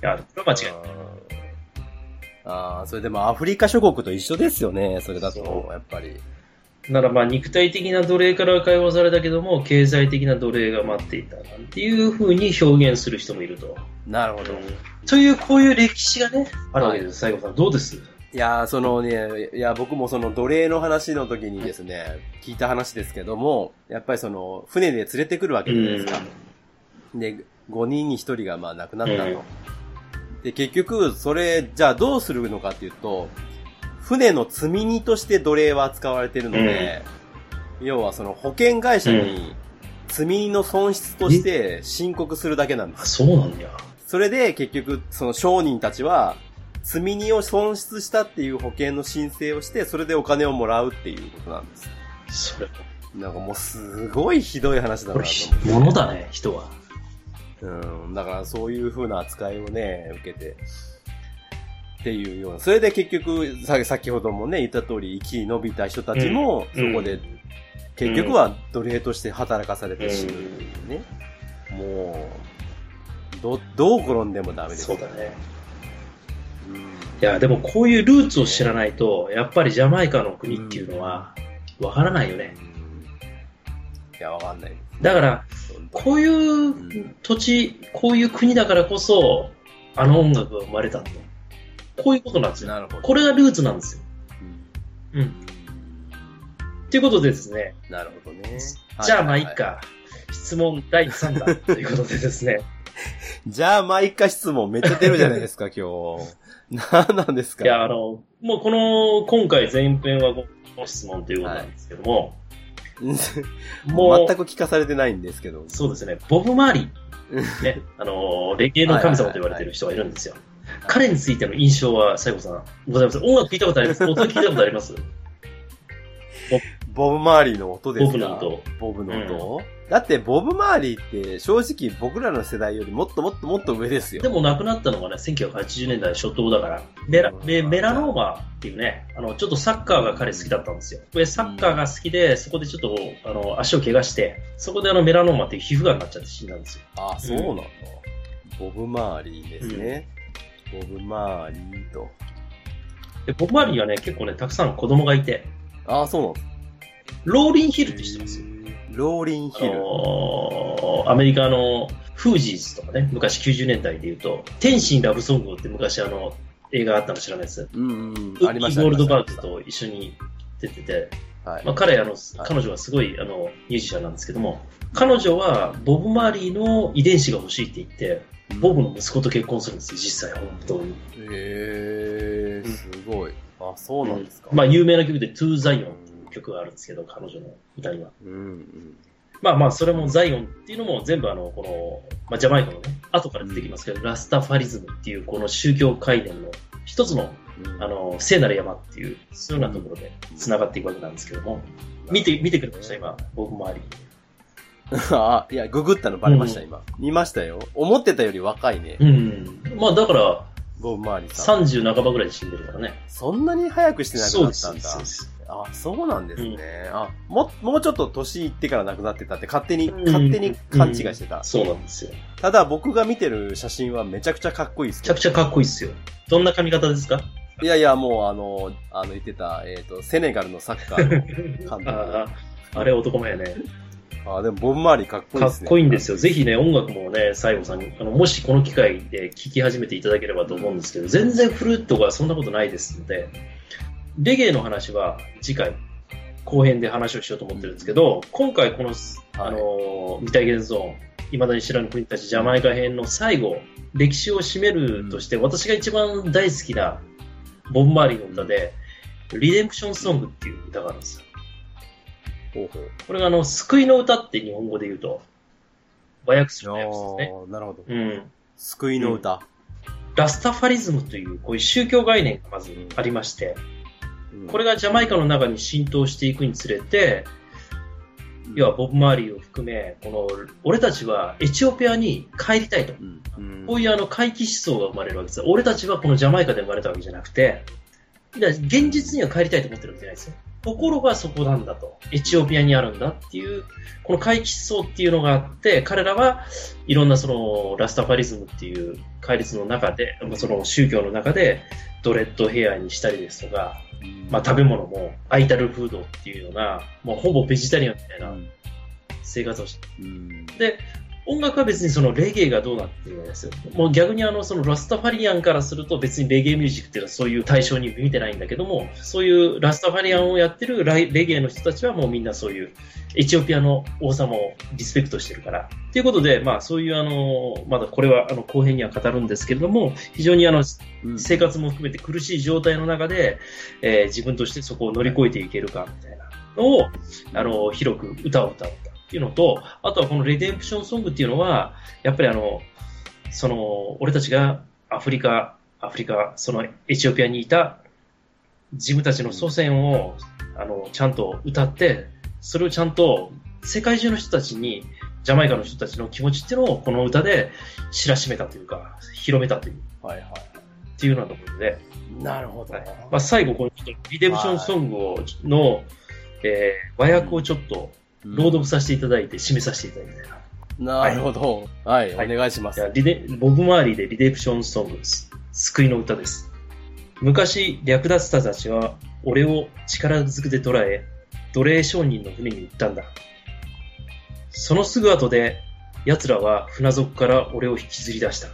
Speaker 3: がある。これは間違いない。
Speaker 2: あーあー、それでもアフリカ諸国と一緒ですよね、それだと
Speaker 3: そ、う
Speaker 2: やっぱり。
Speaker 3: ならまあ肉体的な奴隷から解放されたけども、経済的な奴隷が待っていたなんていうふうに表現する人もいると。
Speaker 2: なるほど。
Speaker 3: という、こういう歴史がね、あるわけです。最後さん、どうです
Speaker 2: いやー、そのね、いや、僕もその奴隷の話の時にですね、聞いた話ですけども、やっぱりその、船で連れてくるわけじゃないですか。で、5人に1人がまあ亡くなったと。
Speaker 3: うん
Speaker 2: で、結局、それ、じゃあどうするのかっていうと、船の積み荷として奴隷は扱われてるので、要はその保険会社に積み荷の損失として申告するだけなんです。
Speaker 3: あそうなんだよ。
Speaker 2: それで結局、その商人たちは、積み荷を損失したっていう保険の申請をして、それでお金をもらうっていうことなんです。
Speaker 3: それ、
Speaker 2: なんかもうすごいひどい話だ
Speaker 3: こ
Speaker 2: な
Speaker 3: れ
Speaker 2: と
Speaker 3: ひ
Speaker 2: 思って、
Speaker 3: ものだね、人は。
Speaker 2: うん、だからそういう風な扱いをね、受けて、っていうような。それで結局、さ先ほどもね、言った通り、生き延びた人たちも、そ
Speaker 3: うん
Speaker 2: こで、結局は奴隷として働かされて死ぬっていうね。もう、ど、どう転んでもダメです
Speaker 3: そうだね。
Speaker 2: うん
Speaker 3: いや、でもこういうルーツを知らないと、やっぱりジャマイカの国っていうのは、わからないよね。
Speaker 2: いや、わかんない。
Speaker 3: だから、こういう土地、こういう国だからこそ、あの音楽が生まれたんだ。こういうことなんですよ。
Speaker 2: なるほど。
Speaker 3: これがルーツなんですよ。
Speaker 2: うん
Speaker 3: うん。ということでですね、
Speaker 2: なるほどね。
Speaker 3: じゃあまあ
Speaker 2: はい
Speaker 3: いっ。か。質問第3弾ということでです ね。
Speaker 2: じゃあまあいっか質問めっちゃ出るじゃない ですか、今日。何なんですか
Speaker 3: いや、あの、もうこの、今回前編はご質問ということなんですけども、も
Speaker 2: も
Speaker 3: う、
Speaker 2: う全く聞かされてないんですけど。
Speaker 3: そうですね、ボブ・マーリ ー、ね、あの、レゲエの神様と言われてる人がいるんですよ。彼についての印象は、西郷さん、ございます。音楽聞いたことあ ります音聞いたことあります
Speaker 2: ボブ・マーリーの音ですか
Speaker 3: ボブの音。
Speaker 2: ボブの音、だって、ボブ・マーリーって正直僕らの世代よりもっともっともっと上ですよ。
Speaker 3: でも亡くなったのがね、1980年代初頭だから、メラメメラノーマっていうね、あの、ちょっとサッカーが彼好きだったんですよ。で、サッカーが好きで、そこでちょっと、あの、足を怪我して、そこであの、メラノーマっていう皮膚がんになっちゃって死んだんですよ。
Speaker 2: あ、そうなんだ。ボブ・マーリーですね。ボブ・マーリーと。
Speaker 3: で、ボブ・マーリーはね、結構ね、たくさん子供がいて、
Speaker 2: あ、そうなんだ
Speaker 3: ローリン・ヒルって知ってます
Speaker 2: ローリンヒル。
Speaker 3: あのーアメリカのフージーズとかね、昔90年代で言うと、天心ラブソングって昔あの、映画あったの知らないです。
Speaker 2: うん
Speaker 3: ウ
Speaker 2: うん。あ
Speaker 3: ッ
Speaker 2: り
Speaker 3: キ
Speaker 2: まし
Speaker 3: ー・
Speaker 2: た。
Speaker 3: ゴールドバ
Speaker 2: あ
Speaker 3: ー
Speaker 2: り
Speaker 3: グ
Speaker 2: まし
Speaker 3: と一緒に出てて、
Speaker 2: た。はい
Speaker 3: まあ、彼あの、彼女はすごいあのミュージシャンなんですけども、彼女はボブ・マーリーの遺伝子が欲しいって言って、ボブの息子と結婚するんですよ、実際、本当に。
Speaker 2: へー、すごい。あ、そうなんですか。
Speaker 3: まあ、有名な曲で、トゥー・ザイオンっていう曲があるんですけど、彼女の歌には。
Speaker 2: うんうん。
Speaker 3: まあまあ、それもザイオンっていうのも全部あの、この、まあ、ジャマイカのね、後から出てきますけど、ラスタファリズムっていうこの宗教概念の一つの、
Speaker 2: うん
Speaker 3: あ、の、聖なる山っていう、そういうようなところで繋がっていくわけなんですけども、見て、見てくれました、今、僕周り。
Speaker 2: あ、いや、ググったのバレました、
Speaker 3: うん
Speaker 2: 今。見ましたよ。思ってたより若いね
Speaker 3: う。ん。まあ、だから、
Speaker 2: ボブ・マーリーさん。
Speaker 3: 30半ばぐらいで死んでるからね。
Speaker 2: そんなに早くして亡く
Speaker 3: そう
Speaker 2: な
Speaker 3: で
Speaker 2: った
Speaker 3: す
Speaker 2: ん。
Speaker 3: そう
Speaker 2: だ
Speaker 3: で。す
Speaker 2: あ、そうなんですね。あ、も、もうちょっと年いってから亡くなってたって勝手に、
Speaker 3: うん
Speaker 2: 勝手に勘違いしてた。
Speaker 3: そうなんですよ。め
Speaker 2: ただ僕が見てる写真はめちゃくちゃかっこいいです
Speaker 3: ちゃくちゃかっこいいっすよ。どんな髪型ですか
Speaker 2: いやいや、もうあの、あの言ってた、えっ、と、セネガルのサッカーの感 動
Speaker 3: ああ、あれ男前やね。
Speaker 2: あ、でも、ボブ周りかっこいい
Speaker 3: か
Speaker 2: で
Speaker 3: っ
Speaker 2: すね。
Speaker 3: こいいんですよ。ぜひね、音楽もね、西郷さんに、あの、もしこの機会で聴き始めていただければと思うんですけど、全然フルートがそんなことないですので、レゲエの話は次回、後編で話をしようと思ってるんですけど、今回この、あの、未体験ゾーン、未だに知らぬ国たちジャマイカ編の最後、歴史を占めるとして、私が一番大好きなボン・マーリーの歌で、リデンプションソングっていう歌があるんですよ。
Speaker 2: ほうほう
Speaker 3: これがあの、救いの歌って日本語で言うと、和訳するのやつですね。
Speaker 2: あーなるほど。
Speaker 3: うん。
Speaker 2: 救いの歌。
Speaker 3: ラスタファリズムという、こういう宗教概念がまずありまして、
Speaker 2: うん
Speaker 3: これがジャマイカの中に浸透していくにつれて、要はボブ・マーリーを含め、この、俺たちはエチオピアに帰りたいと。
Speaker 2: うんうん
Speaker 3: こういうあの回帰思想が生まれるわけです。俺たちはこのジャマイカで生まれたわけじゃなくて、いや現実には帰りたいと思ってるわけじゃないですよ。心がそこなんだと。エチオピアにあるんだっていう、この回帰思想っていうのがあって、彼らはいろんなそのラスタファリズムっていう戒律の中で、まあその宗教の中で、ドレッドヘアにしたりですとか、まあ、食べ物もアイタルフードっていうような、もうほぼベジタリアンみたいな生活をして
Speaker 2: うん
Speaker 3: で、音楽は別にそのレゲエがどうなってるんですよ。もう逆にあの、そのラスタファリアンからすると別にレゲエミュージックっていうのはそういう対象に見てないんだけども、そういうラスタファリアンをやってるライレゲエの人たちはもうみんなそういうエチオピアの王様をリスペクトしてるから。ということで、まあそういうあの、まだこれはあの後編には語るんですけれども、非常にあの、
Speaker 2: うん
Speaker 3: 生活も含めて苦しい状態の中で、えー自分としてそこを乗り越えていけるかみたいなのを、あの、広く歌を歌うっていうのと、あとはこのレデンプションソングっていうのは、やっぱりあの、その、俺たちがアフリカ、アフリカ、そのエチオピアにいた自分たちの祖先を、あの、ちゃんと歌って、それをちゃんと世界中の人たちに、ジャマイカの人たちの気持ちっていうのをこの歌で知らしめたというか、広めたという、
Speaker 2: はいは
Speaker 3: っていうようなところで、
Speaker 2: い。なるほど。
Speaker 3: はいまあ、最後、このちょっとリデンプションソングをの、えー和訳をちょっと朗読させていただいて、締めさせていただいたいな。
Speaker 2: なるほど。はい、
Speaker 3: はい
Speaker 2: お願いしま
Speaker 3: い
Speaker 2: す。
Speaker 3: やリデボブ・マーリーでリデンプションソングです。救いの歌です。昔、略奪者たちは俺を力ずくで捕らえ、奴隷商人の船に行ったんだ。そのすぐ後で、奴らは船底から俺を引きずり出した。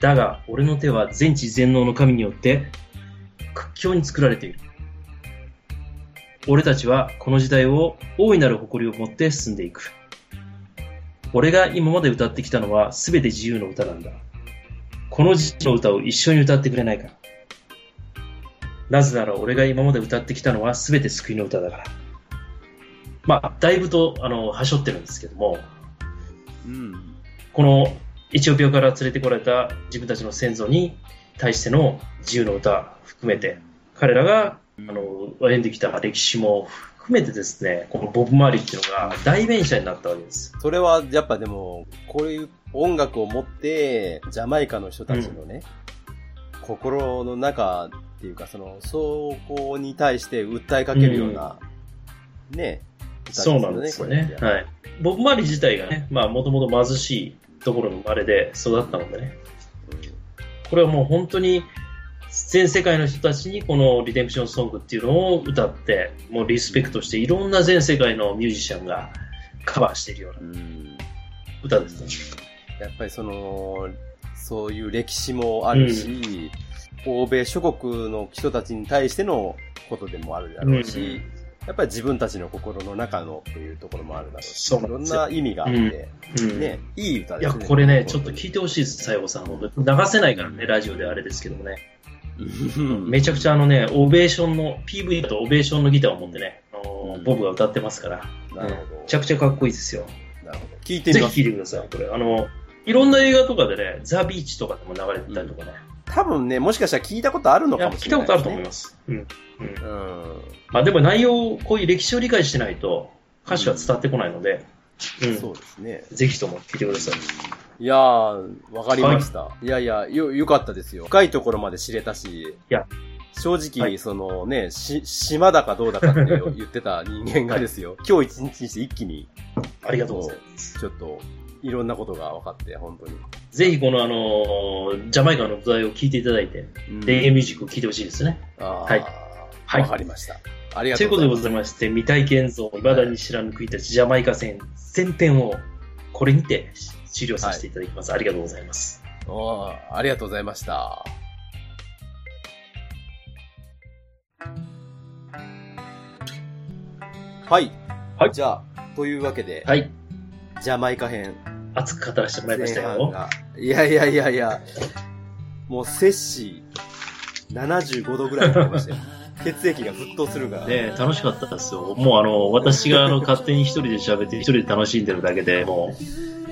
Speaker 3: だが、俺の手は全知全能の神によって、屈強に作られている。俺たちはこの時代を大いなる誇りを持って進んでいく。俺が今まで歌ってきたのは全て自由の歌なんだ。この時期の歌を一緒に歌ってくれないか。なぜなら俺が今まで歌ってきたのは全て救いの歌だから。まあ、だいぶと、あの、はしょってるんですけども、
Speaker 2: うん。
Speaker 3: このエチオピアから連れてこられた自分たちの先祖に対しての自由の歌含めて、彼らがあの歩んできた歴史も含めてですね、このボブ・マーリーっていうのが代弁者になったわけです。
Speaker 2: それは、やっぱでも、こういう音楽を持って、ジャマイカの人たちのね、心の中っていうか、その、走行に対して訴えかけるような、ね、
Speaker 3: そうなんですよね。
Speaker 2: はい。
Speaker 3: はい。ボブ・マーリー自体がね、まあ、もともと貧しいところの生まれで育ったのでね、これはもう本当に全世界の人たちにこのリデンプションソングっていうのを歌って、もうリスペクトしていろんな全世界のミュージシャンがカバーしているような
Speaker 2: うん
Speaker 3: 歌ですね。
Speaker 2: やっぱりその、そういう歴史もあるし、欧米諸国の人たちに対してのことでもあるだろうし、
Speaker 3: うん
Speaker 2: やっぱり自分たちの心の中のっていうところもあるだろうし、
Speaker 3: そう
Speaker 2: い
Speaker 3: なん
Speaker 2: ろん
Speaker 3: ですよ
Speaker 2: な意味があって、
Speaker 3: うん
Speaker 2: ね、いい歌
Speaker 3: い
Speaker 2: で
Speaker 3: や、
Speaker 2: すね。
Speaker 3: これね、ちょっと聞いてほしいです、西郷さん。本当に流せないからね、ラジオであれですけどもね。
Speaker 2: うん
Speaker 3: めちゃくちゃあのね、オベーションの、PV だとオベーションのギターを持ってね、あの
Speaker 2: う
Speaker 3: ー
Speaker 2: ん
Speaker 3: ボブが歌ってますから、
Speaker 2: なるほど
Speaker 3: めちゃくちゃかっこいいですよ。
Speaker 2: なるほど。聞いて
Speaker 3: ぜ
Speaker 2: みま
Speaker 3: ひ聴
Speaker 2: す。
Speaker 3: いてください、これ。あの、いろんな映画とかでね、ザ・ビーチとかでも流れてたりとかね。
Speaker 2: 多分ね、もしかしたら聞いたことあるの
Speaker 3: いや
Speaker 2: かも
Speaker 3: 聞
Speaker 2: しれ
Speaker 3: いた
Speaker 2: な
Speaker 3: こ
Speaker 2: い
Speaker 3: と
Speaker 2: で
Speaker 3: あ
Speaker 2: すね、
Speaker 3: ると思います。うん。うん。
Speaker 2: うん。
Speaker 3: まあでも内容、こういう歴史を理解してないと、歌詞は伝わってこないので、うん。
Speaker 2: そうですね。
Speaker 3: ぜひとも聴いてください。
Speaker 2: いやー、わかりました。い、やいや、よ、よかったですよ。深いところまで知れたし。
Speaker 3: や
Speaker 2: 正直、
Speaker 3: はい
Speaker 2: そのね、し、島だかどうだかって言ってた人間がですよ。今日一日にして一気に、
Speaker 3: ありがとうございます。
Speaker 2: ちょっと、いろんなことが分かって、本当に。
Speaker 3: ぜひこのあのージャマイカの舞台を聴いていただいて、
Speaker 2: うん
Speaker 3: レゲエミュージックを聴いてほしいですね。
Speaker 2: は
Speaker 3: はいい。
Speaker 2: は。
Speaker 3: はいい
Speaker 2: わかりました。ありが
Speaker 3: と
Speaker 2: と
Speaker 3: いううこ
Speaker 2: ご
Speaker 3: と
Speaker 2: ざ
Speaker 3: で
Speaker 2: い
Speaker 3: ご
Speaker 2: ます。
Speaker 3: ざいまして、未体験像、未だに知らぬ食いたち、ジャマイカ戦、全編を、これにて終了させていただきます。ありがとうございます。
Speaker 2: おーありがとうございました。はい。
Speaker 3: はい
Speaker 2: じゃあ、というわけで、
Speaker 3: はい。
Speaker 2: ジャマイカ編。
Speaker 3: 熱く語らせてもらいました
Speaker 2: 前半
Speaker 3: よ。
Speaker 2: がいやいやいやいや、もう摂氏75度ぐらいになりま したよ。血液が沸騰するから。
Speaker 3: ね楽しかったですよ。もうあの、私があ の、勝手に一人で喋って、一人で楽しんでるだけで、も、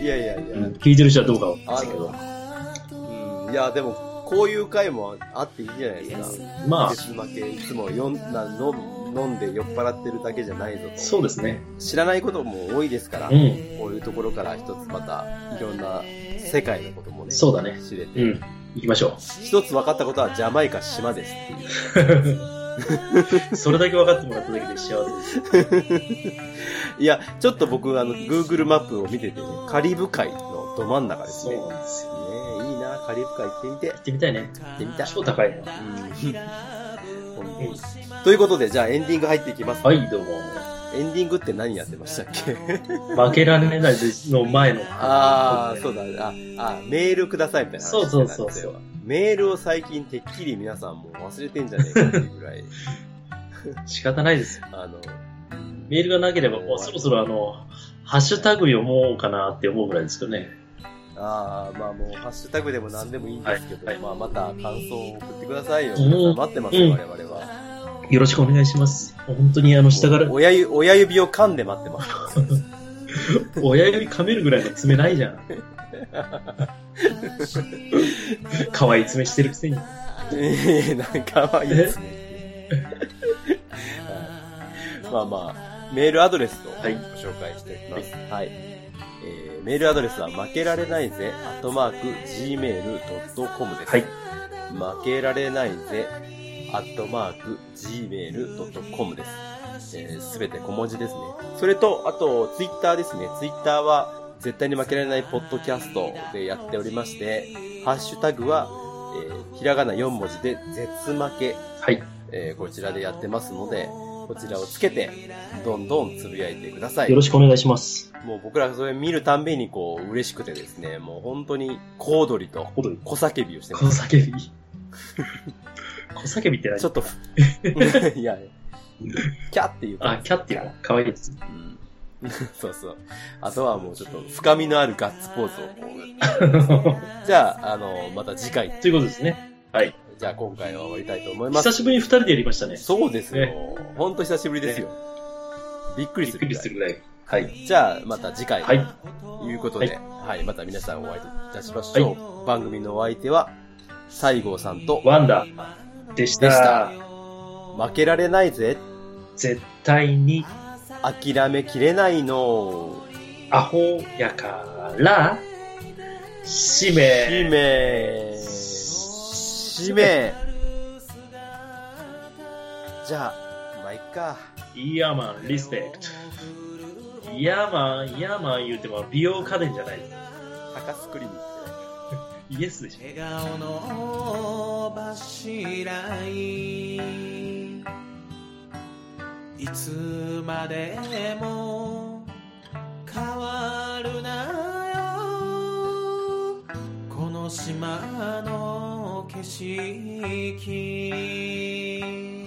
Speaker 2: いやいやいうや。
Speaker 3: うん聞いてる人はどうかわかんないですけど。
Speaker 2: うんいや、でも、こういう回もあっていいじゃないですか。
Speaker 3: まあ、
Speaker 2: 別負け、いつもよんな飲む飲んで酔っ払ってるだけじゃないぞと。
Speaker 3: そうですね。
Speaker 2: 知らないことも多いですから、
Speaker 3: うん。
Speaker 2: こういうところから一つまた、いろんな世界のこともね、
Speaker 3: そうだね
Speaker 2: 知れて。
Speaker 3: うん。行きまし ょ
Speaker 2: 一つ分かったことはジャマイカ島ですっていう。
Speaker 3: う。それだけ分かってもらっただけで幸せです。
Speaker 2: いや、ちょっと僕、あの、Google マップを見ててね、カリブ海のど真ん中ですね。ね
Speaker 3: そうなんですよ。
Speaker 2: えいいな、カリブ海行ってみて。
Speaker 3: 行ってみたいね。
Speaker 2: 行ってみたい。
Speaker 3: 超高いな。
Speaker 2: うん本当にということで、じゃあエンディング入っていきます。
Speaker 3: はい、どう
Speaker 2: エンディングって何やってましたっけ
Speaker 3: も。負けられないの前の。
Speaker 2: ああ、そうだね。あ、あ、メールくださいみたいな話してたん
Speaker 3: そう
Speaker 2: で
Speaker 3: そうそうそう
Speaker 2: メールを最近てっきり皆さんもう忘れてんじゃねえかっていうぐらい、
Speaker 3: 仕方ないですよ。
Speaker 2: あの、
Speaker 3: メールがなければ、もうそろそろあの、ハッシュタグ読もうかなって思うぐらいですけどね。
Speaker 2: ああ、まあもう、ハッシュタグでも何でもいいんですけど、
Speaker 3: はいはい
Speaker 2: まあまた感想を送ってくださいよ。
Speaker 3: うん
Speaker 2: 皆さん待ってますよ、
Speaker 3: うん
Speaker 2: 我々は。
Speaker 3: よろしくお願いします。本当にあの、下から、
Speaker 2: 親指、親指を噛んで待ってます。
Speaker 3: 親指噛めるぐらいの爪ないじ ゃん。可愛い爪してるくせに。
Speaker 2: ええなんか可愛いですね。はい まあまあ、メールアドレスをご
Speaker 3: はい
Speaker 2: 紹介しておきます。はい。えーメールアドレスは負けられないぜ、アットマーク、gmail.com です。
Speaker 3: はい。
Speaker 2: 負けられないぜ、アットマーク、gmail.com です。す、えー、べ、て小文字ですね。それと、あと、ツイッターですね。ツイッターは、絶対に負けられないポッドキャストでやっておりまして、ハッシュタグは、えーひらがな4文字で、絶負け、
Speaker 3: はい。
Speaker 2: えーこちらでやってますので、こちらをつけて、どんどんつぶやいてください
Speaker 3: よ。ろしくお願いします。
Speaker 2: もう僕らそれ見るたんびにこう、嬉しくてですね、もう本当に、小躍りと、
Speaker 3: 小鳥
Speaker 2: 小叫びをしてます
Speaker 3: 小。叫 び。小叫びって何
Speaker 2: ちょっと、 いや、キャっていう
Speaker 3: あ、
Speaker 2: か、
Speaker 3: キャッていうの可愛いです。
Speaker 2: うん そうそう。あとはもうちょっと深みのあるガッツポーズをこう。
Speaker 3: という
Speaker 2: じゃあ、あの、また次回。
Speaker 3: ことですね。はい。
Speaker 2: じゃあ今回は終わりたいと思います
Speaker 3: 久。しぶりに二人でやりましたね。
Speaker 2: そうですよ
Speaker 3: ね。
Speaker 2: ほんと久しぶりですよ。びっく
Speaker 3: び
Speaker 2: り
Speaker 3: っ
Speaker 2: す
Speaker 3: く
Speaker 2: るぐ
Speaker 3: り
Speaker 2: ら
Speaker 3: す
Speaker 2: い。
Speaker 3: るぐらい。はい。
Speaker 2: じゃあ、また次回。
Speaker 3: はい。
Speaker 2: ということで、
Speaker 3: は
Speaker 2: はい。また皆さんお会いいたしましょう。番組のお相手は、西郷さんと、
Speaker 3: ワンダーでした。
Speaker 2: でした負けられないぜ、
Speaker 3: 絶対に
Speaker 2: 諦めきれないの、
Speaker 3: アホやから、しめ
Speaker 2: しめしめじゃあ、まあ、いっか。
Speaker 3: イヤーマン、リスペクト。イヤーマン、イヤーマン言うても美容家電じゃない。
Speaker 2: 高須クリニック
Speaker 3: イエスでしょ。
Speaker 4: 笑顔の柱にいつまでも変わるなよこの島の景色